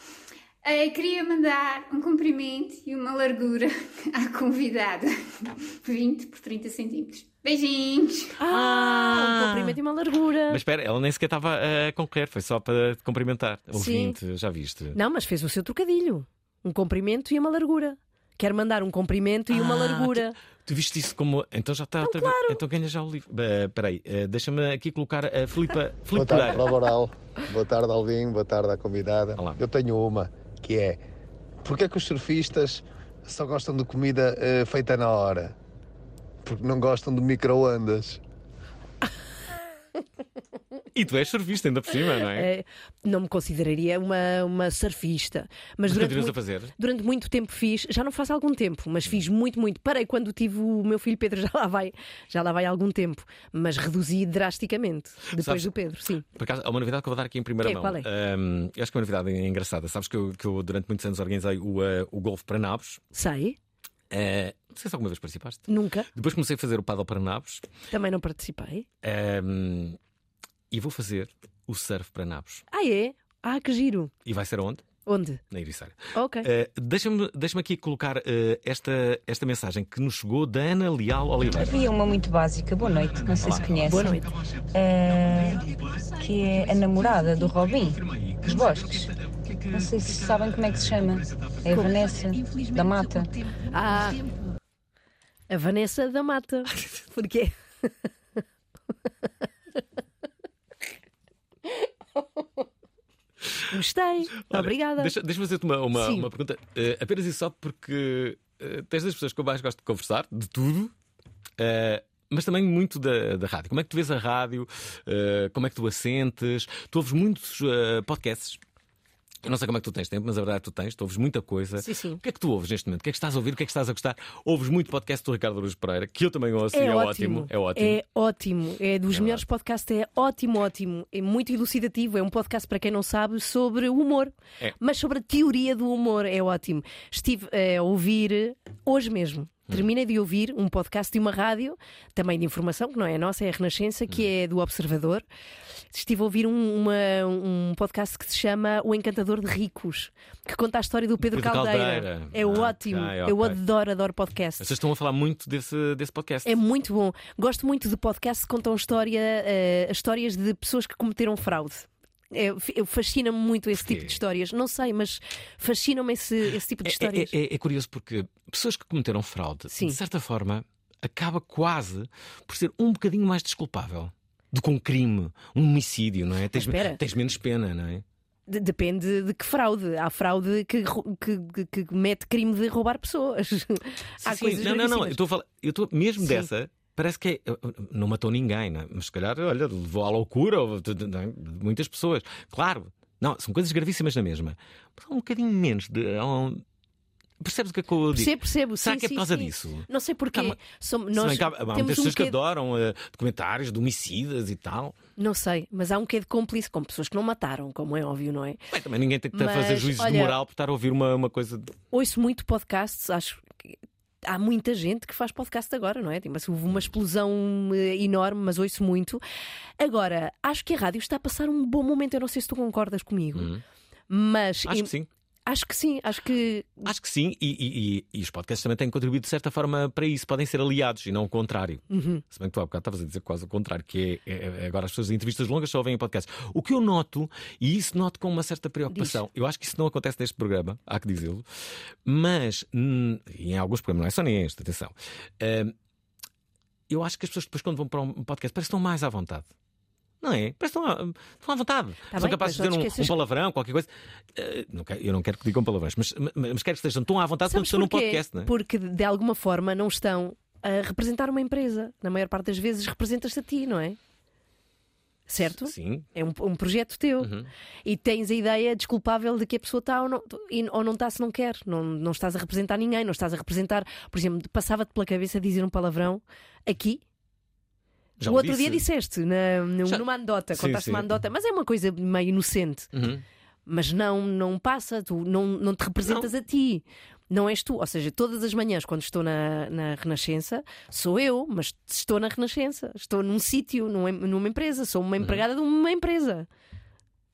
Speaker 26: Eh, queria mandar um comprimento e uma largura à convidada. 20 por 30 centímetros. Beijinhos!
Speaker 6: Ah, um comprimento e uma largura.
Speaker 5: Mas espera, ela nem sequer estava a concorrer, foi só para te cumprimentar. Ouvinte, já viste?
Speaker 6: Não, mas fez o seu trocadilho. Um comprimento e uma largura. Quer mandar um comprimento e uma
Speaker 5: Ah,
Speaker 6: largura.
Speaker 5: Tu viste isso como. Então já está outra vez. Então ganha já o livro. Eh, Espera aí, eh, deixa-me aqui colocar a Filipa,
Speaker 27: Boa
Speaker 5: Filipe
Speaker 27: tarde,
Speaker 5: Pereira.
Speaker 27: Prova Oral. Boa tarde, Alvin. Boa tarde à convidada. Eu tenho uma, que é... Porquê que os surfistas só gostam de comida eh, feita na hora? Porque não gostam de micro-ondas.
Speaker 5: E tu és surfista ainda por cima, não é?
Speaker 6: Eh, não me consideraria uma, uma surfista. Mas
Speaker 5: Mas é
Speaker 6: durante
Speaker 5: continuas
Speaker 6: muito,
Speaker 5: a fazer?
Speaker 6: durante muito tempo fiz, já não faço há algum tempo, mas fiz muito, muito. Parei quando tive o meu filho Pedro, já lá vai, já lá vai há algum tempo, mas reduzi drasticamente depois
Speaker 5: Sabes-
Speaker 6: do Pedro, sim.
Speaker 5: Por acaso, há uma novidade que eu vou dar aqui em primeira
Speaker 6: É,
Speaker 5: mão.
Speaker 6: qual é?
Speaker 5: Ahm, eu acho que é uma novidade engraçada. Sabes que eu, que eu durante muitos anos organizei o, eh, o Golfo para Nabos.
Speaker 6: Sei,
Speaker 5: Eh, não sei se alguma vez participaste.
Speaker 6: nunca,
Speaker 5: Depois comecei a fazer o Paddle para Nabos.
Speaker 6: também não participei.
Speaker 5: Ahm, e vou fazer o Surf para Nabos.
Speaker 6: Ah, é? Ah, que giro.
Speaker 5: E vai ser onde?
Speaker 6: Onde?
Speaker 5: Na Iriçara.
Speaker 6: Ok.
Speaker 5: Eh, Deixa-me deixa aqui colocar eh, esta, esta mensagem que nos chegou da Ana Leal Oliveira.
Speaker 28: Havia uma muito básica, boa noite, não sei
Speaker 5: Olá.
Speaker 28: se conhecem.
Speaker 5: Boa
Speaker 6: então.
Speaker 5: noite.
Speaker 28: Eh, que é a namorada do Robin, dos Bosques. Não sei se sabem como é que se chama. É a Vanessa, da Mata.
Speaker 6: Ah, a Vanessa da Mata. Porquê? Gostei.
Speaker 5: Olha,
Speaker 6: Obrigada.
Speaker 5: Deixa, deixa-me fazer-te uma, uma,
Speaker 6: Sim.
Speaker 5: uma pergunta. Eh, apenas e só porque eh, tens das pessoas que eu mais gosto de conversar, de tudo, eh, mas também muito da, da rádio. Como é que tu vês a rádio? Eh, como é que tu a sentes? Tu ouves muitos eh, podcasts. Eu não sei como é que tu tens tempo, mas a verdade é que tu tens, tu ouves muita coisa.
Speaker 6: Sim, sim.
Speaker 5: O que é que tu ouves neste momento? O que é que estás a ouvir? O que é que estás a gostar? Ouves muito podcast do Ricardo Luz Pereira, que eu também ouço e é ótimo. É ótimo.
Speaker 6: É ótimo. É dos melhores podcasts. É ótimo, ótimo. É muito elucidativo. É um podcast, para quem não sabe, sobre o humor.
Speaker 5: É.
Speaker 6: Mas sobre a teoria do humor. É ótimo. Estive eh, a ouvir hoje mesmo.
Speaker 5: Hum.
Speaker 6: Terminei de ouvir um podcast de uma rádio, também de informação, que não é a nossa, é a Renascença, que
Speaker 5: Hum.
Speaker 6: é do Observador. Estive a ouvir um, uma- um podcast que se chama O Encantador de Ricos, que conta a história do Pedro,
Speaker 5: Pedro
Speaker 6: Caldeira.
Speaker 5: Caldeira.
Speaker 6: É
Speaker 5: Ah,
Speaker 6: ótimo.
Speaker 5: ok,
Speaker 6: Eu
Speaker 5: ok.
Speaker 6: adoro, adoro podcasts.
Speaker 5: Vocês estão a falar muito desse, desse podcast.
Speaker 6: É muito bom. Gosto muito de podcasts que contam história, eh, histórias de pessoas que cometeram fraude. É, f- Fascina-me muito esse tipo de histórias. Não sei, mas fascina-me esse, esse tipo de
Speaker 5: É- é-
Speaker 6: histórias.
Speaker 5: É, é curioso porque pessoas que cometeram fraude, de certa forma, acaba quase por ser um bocadinho mais desculpável do que um crime, um homicídio, não é? Tens,
Speaker 6: Ah, espera.
Speaker 5: tens menos pena, não é?
Speaker 6: De- Depende de que fraude. Há fraude que, ro- que, que- que mete crime de roubar pessoas. Há
Speaker 5: Sim,
Speaker 6: coisas
Speaker 5: não, não, não. Eu
Speaker 6: gravíssimas.
Speaker 5: estou a falar, eu estou mesmo
Speaker 6: Sim.
Speaker 5: dessa. Parece que é, não matou ninguém, não é? mas se calhar, olha, levou à loucura ou, de- de- não é? de muitas pessoas. Claro, não, são coisas gravíssimas na mesma. Mas há um bocadinho menos de. há um- Percebes o que é que eu digo?
Speaker 6: Percebo, percebo.
Speaker 5: Será
Speaker 6: sim,
Speaker 5: que é
Speaker 6: sim,
Speaker 5: por causa
Speaker 6: sim.
Speaker 5: disso?
Speaker 6: Não sei porquê. Som-
Speaker 5: Se
Speaker 6: nós
Speaker 5: bem que há, há muitas
Speaker 6: temos um
Speaker 5: pessoas que
Speaker 6: quê de-
Speaker 5: adoram eh, documentários de homicidas e tal.
Speaker 6: Não sei, mas há um quê de cúmplice com pessoas que não mataram, como é óbvio, não é?
Speaker 5: Bem, também ninguém tem que
Speaker 6: Mas,
Speaker 5: fazer juízos de
Speaker 6: olha,
Speaker 5: moral por estar a ouvir uma, uma coisa. de-
Speaker 6: ouço muito podcasts, acho que há muita gente que faz podcast agora, não é? Tipo, assim, houve uma explosão eh, enorme, mas ouço muito. Agora, acho que a rádio está a passar um bom momento. Eu não sei se tu concordas comigo, mas.
Speaker 5: Uhum. Acho que sim.
Speaker 6: Acho que sim, acho que.
Speaker 5: Acho que sim, e, e- e- e os podcasts também têm contribuído de certa forma para isso. Podem ser aliados e não o contrário.
Speaker 6: Uhum.
Speaker 5: Se bem que tu há bocado estavas a dizer quase o contrário, que é, é- é- agora as pessoas de entrevistas longas só ouvem em podcast. O que eu noto, e isso noto com uma certa preocupação, eu acho que isso não acontece neste programa, há que dizê-lo, mas hum, e em alguns programas, não é só neste, atenção. hum, eu acho que as pessoas depois, quando vão para um podcast, parecem que estão mais à vontade. Não é? Parece que estão, à- estão à vontade.
Speaker 6: Tá
Speaker 5: São
Speaker 6: bem,
Speaker 5: capazes de
Speaker 6: mas
Speaker 5: dizer
Speaker 6: não
Speaker 5: um,
Speaker 6: te esqueças
Speaker 5: um palavrão, qualquer coisa. Eh, não quero- eu não quero que digam palavrões, mas, mas, mas quero que estejam tão à vontade quanto
Speaker 6: Sabes
Speaker 5: estão num
Speaker 6: porquê?
Speaker 5: podcast, não é?
Speaker 6: Porque de alguma forma não estão a representar uma empresa. Na maior parte das vezes representas-te a ti, não é? Certo?
Speaker 5: Sim.
Speaker 6: É um, um projeto teu.
Speaker 5: Uhum.
Speaker 6: E tens a ideia desculpável de que a pessoa está ou não, e- ou não está se não quer. Não, não estás a representar ninguém, não estás a representar. Por exemplo, passava-te pela cabeça dizer um palavrão aqui.
Speaker 5: Já
Speaker 6: o
Speaker 5: o
Speaker 6: outro
Speaker 5: disse.
Speaker 6: dia disseste, na, num- numa anedota,
Speaker 5: Sim,
Speaker 6: contaste
Speaker 5: sim.
Speaker 6: uma anedota, mas é uma coisa meio inocente.
Speaker 5: Uhum.
Speaker 6: Mas não, não passa, tu não, não te representas a ti. Não és tu. Ou seja, todas as manhãs, quando estou na, na Renascença, sou eu, mas estou na Renascença. Estou num sítio, num- numa empresa. Sou
Speaker 5: Uhum.
Speaker 6: uma empregada de uma empresa.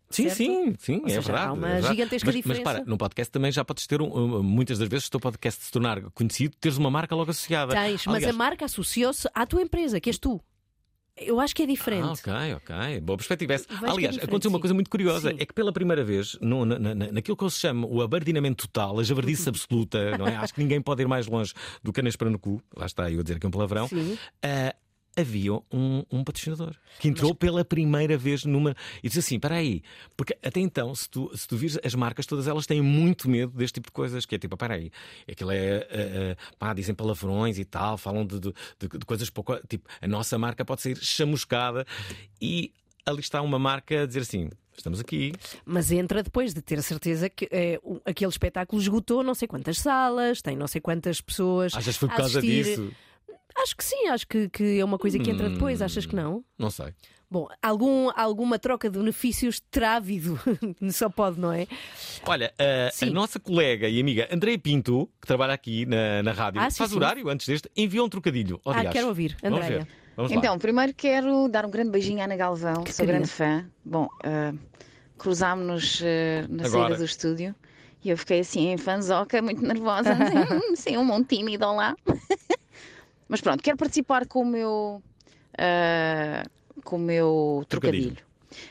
Speaker 5: Sim,
Speaker 6: Certo?
Speaker 5: sim, sim,
Speaker 6: Ou
Speaker 5: é
Speaker 6: seja,
Speaker 5: verdade.
Speaker 6: há uma
Speaker 5: é verdade.
Speaker 6: gigantesca
Speaker 5: mas,
Speaker 6: diferença.
Speaker 5: Mas para, num podcast também já podes ter, um- um- muitas das vezes, se o teu podcast se tornar conhecido, teres uma marca logo associada.
Speaker 6: Tens, mas
Speaker 5: Aliás,
Speaker 6: a marca associou-se à tua empresa, que és tu. Eu acho que é diferente.
Speaker 5: Ah, ok, ok. Boa perspectiva. essa.
Speaker 6: Vais que é
Speaker 5: Aliás,
Speaker 6: diferente,
Speaker 5: aconteceu uma
Speaker 6: sim.
Speaker 5: coisa muito curiosa: é que pela primeira vez, no- na- na- na- naquilo que eu se chama o abardinamento total, a javardice absoluta, não é? Acho que ninguém pode ir mais longe do que a para no cu, lá está eu a dizer que é um palavrão. ah, havia um, um patrocinador que entrou pela primeira vez numa. E disse assim: espera aí, porque até então, se tu, se tu vires as marcas, todas elas têm muito medo deste tipo de coisas, que é tipo, espera aí, aquilo é. ah, ah, pá, dizem palavrões e tal, falam de, de- de- de coisas pouco. Tipo, a nossa marca pode ser chamuscada e ali está uma marca a dizer assim: estamos aqui.
Speaker 6: Mas entra depois de ter a certeza que eh, o- aquele espetáculo esgotou não sei quantas salas, tem não sei quantas pessoas.
Speaker 5: Achas que foi por
Speaker 6: a
Speaker 5: causa
Speaker 6: assistir.
Speaker 5: disso?
Speaker 6: Acho que sim, acho que, que é uma coisa que entra
Speaker 5: Hum.
Speaker 6: depois, achas que não?
Speaker 5: Não sei.
Speaker 6: Bom, algum, alguma troca de benefícios terá havido, só pode, não é?
Speaker 5: Olha, eh, a, a nossa colega e amiga Andréia Pinto, que trabalha aqui na, na rádio,
Speaker 3: Ah, sim,
Speaker 5: faz
Speaker 3: sim.
Speaker 5: horário antes deste, enviou um trocadilho. Oh,
Speaker 3: Ah,
Speaker 5: diacho.
Speaker 3: quero ouvir,
Speaker 5: Vamos
Speaker 3: Andreia.
Speaker 5: ver. Vamos lá.
Speaker 3: então, primeiro quero dar um grande beijinho à Ana Galvão, que sou
Speaker 5: querida.
Speaker 3: grande fã. Bom, eh, cruzámos-nos eh, na
Speaker 7: Agora.
Speaker 3: saída do estúdio e eu fiquei assim em fanzoca, muito nervosa, assim, sim, um monte tímida lá. Mas pronto, quero participar com o meu, ah, com o meu trocadilho.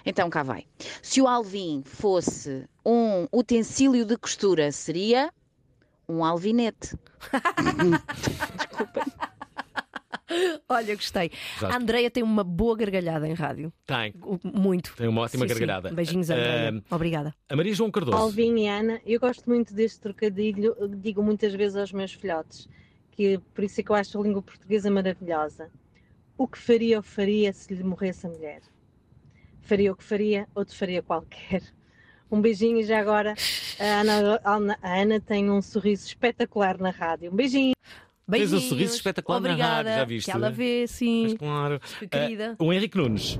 Speaker 3: Então cá vai. Se o alvin fosse um utensílio de costura, seria um alvinete.
Speaker 6: Olha, gostei.
Speaker 5: Exato.
Speaker 6: A Andreia tem uma boa gargalhada em rádio.
Speaker 5: Tem.
Speaker 6: Muito.
Speaker 5: Tem uma ótima
Speaker 6: Sim, sim.
Speaker 5: gargalhada.
Speaker 6: Beijinhos, Andreia.
Speaker 5: Ah,
Speaker 6: Obrigada.
Speaker 5: a Maria João Cardoso.
Speaker 8: Alvin e Ana, eu gosto muito deste trocadilho, digo muitas vezes aos meus filhotes, que por isso é que eu acho a língua portuguesa maravilhosa. O que faria ou faria se lhe morresse a mulher? Faria o que faria, outro faria qualquer. Um beijinho e já agora a Ana, a Ana- a Ana tem um sorriso espetacular na rádio. Um beijinho.
Speaker 5: Tens um sorriso espetacular na rádio, já viste?
Speaker 6: vê, sim.
Speaker 5: Claro.
Speaker 8: querida.
Speaker 5: Ah, o Henrique Nunes.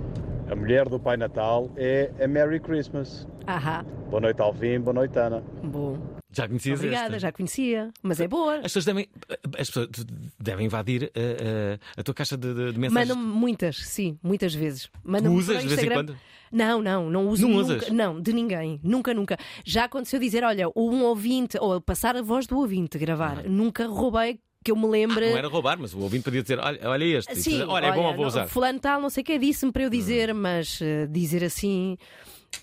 Speaker 9: A mulher do Pai Natal é a Merry Christmas.
Speaker 5: Eh,
Speaker 6: Ahá.
Speaker 9: Boa noite, Alvin. Boa noite, Ana.
Speaker 6: Bom.
Speaker 5: Já conhecias
Speaker 6: Obrigada,
Speaker 5: esta?
Speaker 6: já conhecia, mas é boa.
Speaker 5: As pessoas devem, as pessoas devem invadir uh, uh, a tua caixa de, de- de mensagens.
Speaker 6: Mandam-me muitas, sim, muitas vezes. Mandam
Speaker 5: Tu usas de vez em quando?
Speaker 6: Não, não, não uso.
Speaker 5: Não
Speaker 6: nunca,
Speaker 5: usas?
Speaker 6: Não, de ninguém. Nunca, nunca. Já aconteceu dizer, olha, um ouvinte, ou passar a voz do ouvinte, gravar. Nunca roubei que eu me lembre.
Speaker 5: é? Ah,
Speaker 6: Ah,
Speaker 5: Não era roubar, mas o ouvinte podia dizer: olha, olha este. E
Speaker 6: Sim,
Speaker 5: tu- olha, é bom, eu vou
Speaker 6: não,
Speaker 5: usar. Hum.
Speaker 6: Fulano tal, não sei o que, disse-me para eu dizer, mas eh, dizer assim,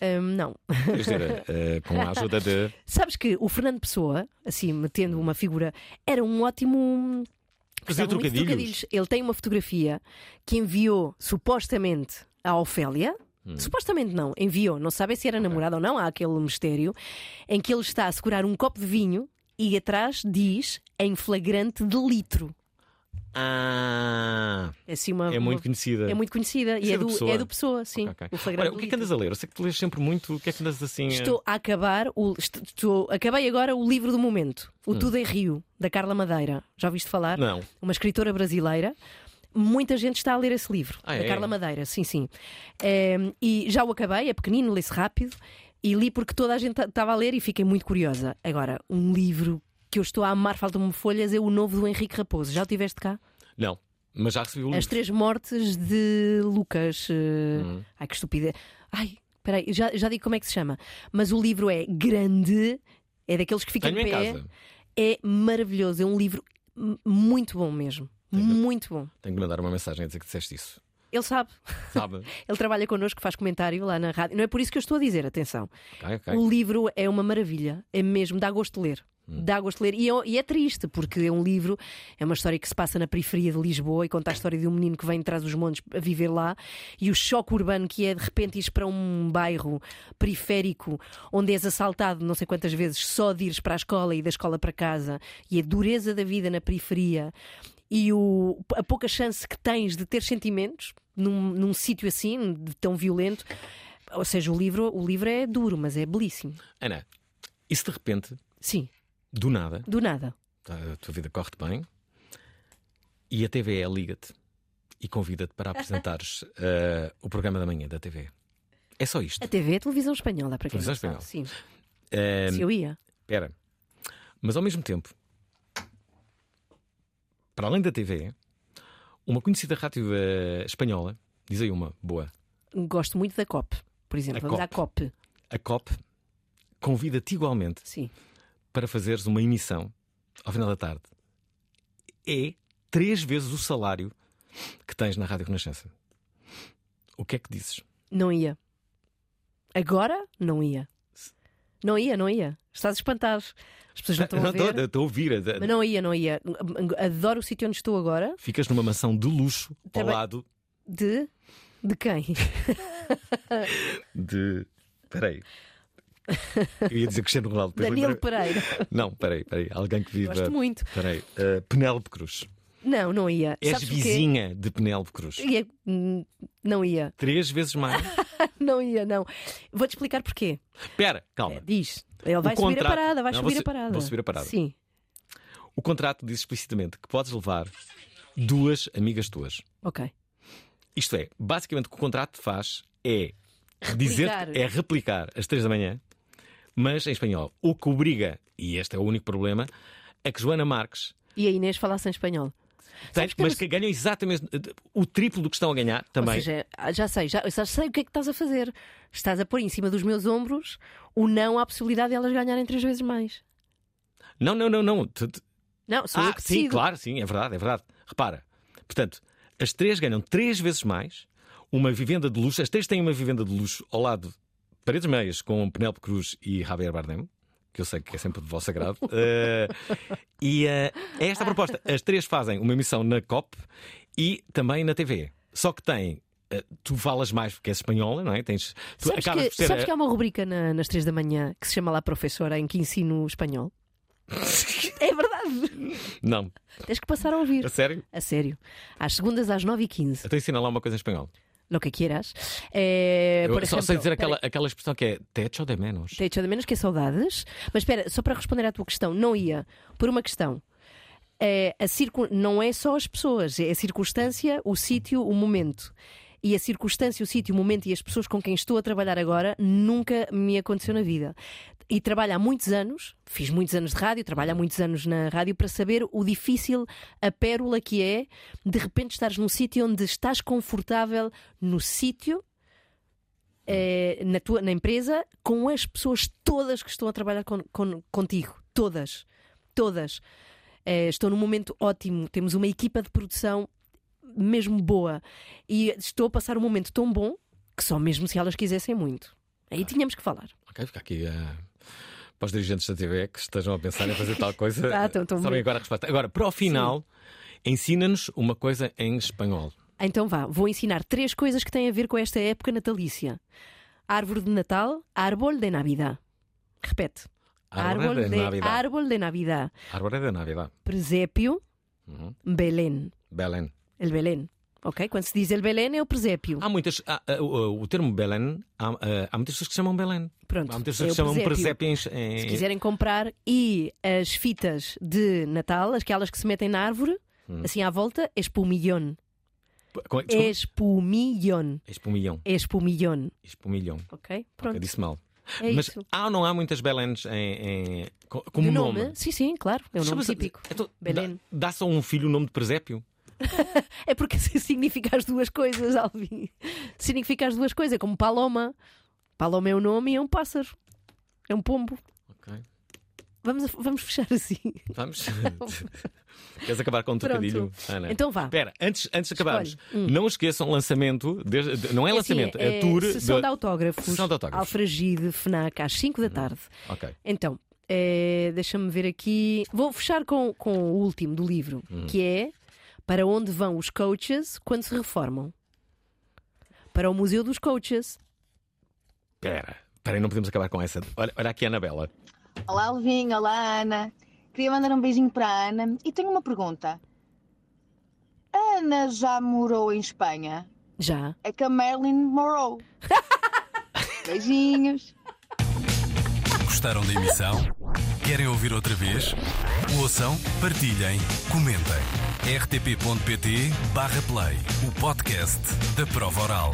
Speaker 6: hum, não.
Speaker 5: Quer dizer, eh, com a ajuda de.
Speaker 6: Sabes que o Fernando Pessoa, assim, metendo uma figura, era um ótimo.
Speaker 5: Fazia
Speaker 6: gostava muito de
Speaker 5: trocadilhos.
Speaker 6: Ele tem uma fotografia que enviou supostamente à Ofélia.
Speaker 5: Hum.
Speaker 6: Supostamente não, enviou, não sabe se era namorada ou não, há aquele mistério em que ele está a segurar um copo de vinho e atrás diz em flagrante de litro.
Speaker 5: Ah.
Speaker 6: É, assim uma,
Speaker 5: É
Speaker 6: uma-
Speaker 5: muito conhecida.
Speaker 6: É muito conhecida e
Speaker 5: Isso
Speaker 6: é
Speaker 5: é do
Speaker 6: do,
Speaker 5: Pessoa.
Speaker 6: é do Pessoa, sim.
Speaker 5: Ok.
Speaker 6: O flagrante
Speaker 5: Olha,
Speaker 6: de
Speaker 5: o que é que andas a ler? Eu sei que tu lês sempre muito. O que é que andas assim. eh?
Speaker 6: Estou a acabar o est- estou- acabei agora o livro do momento, o
Speaker 5: Hum.
Speaker 6: Tudo em Rio, da Carla Madeira. Já ouviste falar?
Speaker 5: Não.
Speaker 6: Uma escritora brasileira. Muita gente está a ler esse livro,
Speaker 5: Ah,
Speaker 6: da
Speaker 5: é?
Speaker 6: Carla Madeira, sim, sim. Eh, e já o acabei, é pequenino, lê-se rápido, e li porque toda a gente estava a ler e fiquei muito curiosa. Agora, um livro que eu estou a amar, faltam-me folhas, é o novo do Henrique Raposo. Já o tiveste cá?
Speaker 5: Não, mas já recebi o livro.
Speaker 6: As Três Mortes de Lucas. eh,
Speaker 5: Hum.
Speaker 6: Ai, que estupidez. Ai, peraí, já, já digo como é que se chama. Mas o livro é grande, é daqueles que ficam
Speaker 5: Tenho
Speaker 6: em
Speaker 5: em
Speaker 6: pé.
Speaker 5: casa.
Speaker 6: É maravilhoso, é um livro m- muito bom mesmo. Muito bom.
Speaker 5: Tenho que mandar uma mensagem a dizer que disseste isso.
Speaker 6: Ele sabe,
Speaker 5: Sabe?
Speaker 6: ele trabalha connosco, faz comentário lá na rádio. Não é por isso que eu estou a dizer, atenção.
Speaker 5: Ok, ok.
Speaker 6: O livro é uma maravilha, é mesmo, dá gosto de ler. Dá gosto de ler. E é, e é triste, porque é um livro, é uma história que se passa na periferia de Lisboa e conta a história de um menino que vem de trás dos montes a viver lá e o choque urbano que é de repente ires para um bairro periférico onde és assaltado não sei quantas vezes só de ires para a escola e da escola para casa e a dureza da vida na periferia e o- a pouca chance que tens de ter sentimentos num, num sítio assim, de- tão violento. Ou seja, o livro, o livro é duro, mas é belíssimo.
Speaker 5: Ana, e se de repente.
Speaker 6: Sim.
Speaker 5: Do nada.
Speaker 6: Do nada.
Speaker 5: A tua vida corre-te bem. E a TVE liga-te e convida-te para apresentares eh, o programa da manhã da TV. É só isto.
Speaker 6: A TV é televisão espanhola, para quem não
Speaker 5: Televisão
Speaker 6: sabe. Sim.
Speaker 5: Eh,
Speaker 6: Se eu ia.
Speaker 5: Espera. Mas ao mesmo tempo, para além da TV, uma conhecida rádio eh, espanhola, diz aí uma boa,
Speaker 6: Gosto muito da COP, por exemplo.
Speaker 5: A
Speaker 6: Vamos à COP.
Speaker 5: a COP, convida-te igualmente para fazeres uma emissão ao final da tarde. É três vezes o salário que tens na Rádio Renascença. O que é que dizes?
Speaker 6: Não ia. Agora, não ia. Não ia, não ia. Estás espantado. As pessoas não estão a ver.
Speaker 5: estou a ouvir. a-
Speaker 6: Mas não ia, não ia. Adoro o sítio onde estou agora.
Speaker 5: Ficas numa mansão de luxo ao
Speaker 6: Também-
Speaker 5: lado
Speaker 6: De. De quem?
Speaker 5: de. Peraí. Eu ia dizer Cristiano Ronaldo. depois
Speaker 6: Danilo
Speaker 5: lembrei-
Speaker 6: Pereira.
Speaker 5: Não, peraí, peraí. Alguém que viva.
Speaker 6: Gosto muito.
Speaker 5: Peraí. eh, Penélope Cruz.
Speaker 6: Não, não ia.
Speaker 5: És
Speaker 6: Sabes porquê?
Speaker 5: vizinha de Penélope Cruz.
Speaker 6: Ia- hum, Não ia.
Speaker 5: Três vezes mais.
Speaker 6: não ia, não. Vou-te explicar porquê.
Speaker 5: Espera, calma.
Speaker 6: É, Diz. Ele
Speaker 5: O
Speaker 6: vai subir a
Speaker 5: contrato-
Speaker 6: parada, vai
Speaker 5: Não,
Speaker 6: subir
Speaker 5: vou
Speaker 6: a
Speaker 5: su-
Speaker 6: parada.
Speaker 5: vou subir a parada.
Speaker 6: Sim.
Speaker 5: O contrato diz explicitamente que podes levar duas amigas tuas.
Speaker 6: Ok.
Speaker 5: Isto é, basicamente o que o contrato faz é dizer
Speaker 6: Replicar.
Speaker 5: é replicar às três da manhã, mas em espanhol. O que obriga, e este é o único problema, a que Joana Marques
Speaker 6: E a Inês falasse em espanhol.
Speaker 5: tem, mas que ganham exatamente o triplo do que estão a ganhar também.
Speaker 6: Ou seja, ah, já sei, já, já sei o que é que estás a fazer. Estás a pôr em cima dos meus ombros o não à possibilidade de elas ganharem três vezes mais.
Speaker 5: Não, não, não, não. Tu- tu-
Speaker 6: Não, sou
Speaker 5: ah,
Speaker 6: eu que
Speaker 5: sim,
Speaker 6: decido.
Speaker 5: claro, sim, é verdade, é verdade. Repara, portanto, as três ganham três vezes mais uma vivenda de luxo. As três têm uma vivenda de luxo ao lado de paredes meias com Penélope Cruz e Javier Bardem, que eu sei que é sempre de vosso agrado. Eh, e eh, é esta a proposta. As três fazem uma emissão na COP e também na TV. Só que têm. eh, tu falas mais porque és espanhola, não é? Tens, tu
Speaker 6: Sabes,
Speaker 5: acabas
Speaker 6: que,
Speaker 5: por ser eh,
Speaker 6: sabes
Speaker 5: a-
Speaker 6: que é há uma rubrica na- nas três da manhã que se chama lá Professora em que ensino espanhol? é verdade.
Speaker 5: Não,
Speaker 6: Tens que passar a ouvir.
Speaker 5: a sério?
Speaker 6: A sério. Às segundas, às 9h15.
Speaker 5: Então ensina lá uma coisa em espanhol.
Speaker 6: Lo que quieras. É,
Speaker 5: Eu
Speaker 6: por
Speaker 5: só sei
Speaker 6: exemplo,
Speaker 5: dizer aquela,
Speaker 6: peraí.
Speaker 5: aquela expressão que é techo de menos.
Speaker 6: Techo de menos que é saudades. Mas espera, só para responder à tua questão, não ia por uma questão. É, a circun... Não é só as pessoas, é a circunstância, o sítio, o momento. E a circunstância, o sítio, o momento e as pessoas com quem estou a trabalhar agora nunca me aconteceu na vida. e trabalho há muitos anos, fiz muitos anos de rádio, trabalho há muitos anos na rádio para saber o difícil, a pérola que é de repente estares num sítio onde estás confortável no sítio, eh, na tua na empresa, com as pessoas todas que estão a trabalhar con- con- contigo. Todas. Todas. Eh, estou num momento ótimo, temos uma equipa de produção mesmo boa e estou a passar um momento tão bom que só mesmo se elas quisessem muito. Aí tínhamos que falar.
Speaker 5: Ok, fica aqui ah, para os dirigentes da TV que estejam a pensar em fazer tal coisa.
Speaker 6: Ah, estão- estão
Speaker 5: sabem
Speaker 6: bem.
Speaker 5: agora a resposta. Agora, para o final, ensina-nos uma coisa em espanhol.
Speaker 6: Então vá, vou ensinar três coisas que têm a ver com esta época natalícia: árvore de Natal, árbol de Navidad. Repete.
Speaker 5: Árbol de Navidad.
Speaker 6: árbol de Navidad.
Speaker 5: Árvore de Navidad.
Speaker 6: Presépio,
Speaker 5: Uhum.
Speaker 6: Belém.
Speaker 5: Belén.
Speaker 6: El Belém. Ok? Quando se diz el Belém é o presépio.
Speaker 5: Há muitas. há, ah, o, o termo Belén, há, ah, há muitas pessoas que chamam Belén.
Speaker 6: Pronto,
Speaker 5: há muitas
Speaker 6: é
Speaker 5: pessoas
Speaker 6: o
Speaker 5: que chamam
Speaker 6: presépio.
Speaker 5: presépio em- em-
Speaker 6: Se quiserem comprar, e as fitas de Natal, aquelas que se metem na árvore,
Speaker 5: Hum.
Speaker 6: assim à volta, espumillón.
Speaker 5: Com-
Speaker 6: é
Speaker 5: desculpa. é
Speaker 6: Espumillón.
Speaker 5: Espumillão.
Speaker 6: Espumillón.
Speaker 5: Espumillão.
Speaker 6: É Ok?
Speaker 5: Ok,
Speaker 6: Pronto.
Speaker 5: é disse mal.
Speaker 6: É
Speaker 5: Mas
Speaker 6: isso.
Speaker 5: há ou não há muitas Beléns em, em- co- como um
Speaker 6: De
Speaker 5: nome?
Speaker 6: Sim, sim, claro. É um nome
Speaker 5: Chama-se-
Speaker 6: típico.
Speaker 5: Dá,
Speaker 6: Belém.
Speaker 5: dá só um filho o nome de presépio?
Speaker 6: É porque assim significa as duas coisas, Alvin. Significa as duas coisas, é como paloma. Paloma é um nome e é um pássaro. É um pombo.
Speaker 5: Ok.
Speaker 6: Vamos, a- vamos fechar assim.
Speaker 5: Vamos? Queres acabar com um trocadilho? Ana?
Speaker 6: Então vá.
Speaker 5: Espera, antes, antes de acabarmos,
Speaker 6: Hum.
Speaker 5: não esqueçam o lançamento. de- de- não é,
Speaker 6: assim,
Speaker 5: lançamento, é, tour.
Speaker 6: Sessão
Speaker 5: da-
Speaker 6: de autógrafos.
Speaker 5: Sessão de autógrafos.
Speaker 6: Alfragide, FNAC, às 5 da tarde.
Speaker 5: Ok.
Speaker 6: Então, eh, deixa-me ver aqui. Vou fechar com, com o último do livro,
Speaker 5: Hum.
Speaker 6: que é Para onde vão os coaches quando se reformam? Para o Museu dos Coaches.
Speaker 5: Espera, espera, aí, não podemos acabar com essa. Olha, olha aqui a Anabela.
Speaker 7: Olá, Alvinho. Olá, Ana. Queria mandar um beijinho para a Ana e tenho uma pergunta. A Ana já morou em Espanha?
Speaker 6: Já.
Speaker 7: É que a Marilyn morou. Beijinhos.
Speaker 2: Gostaram da emissão? Querem ouvir outra vez? Ouçam, partilhem, comentem. rtp.pt/play o podcast da prova oral.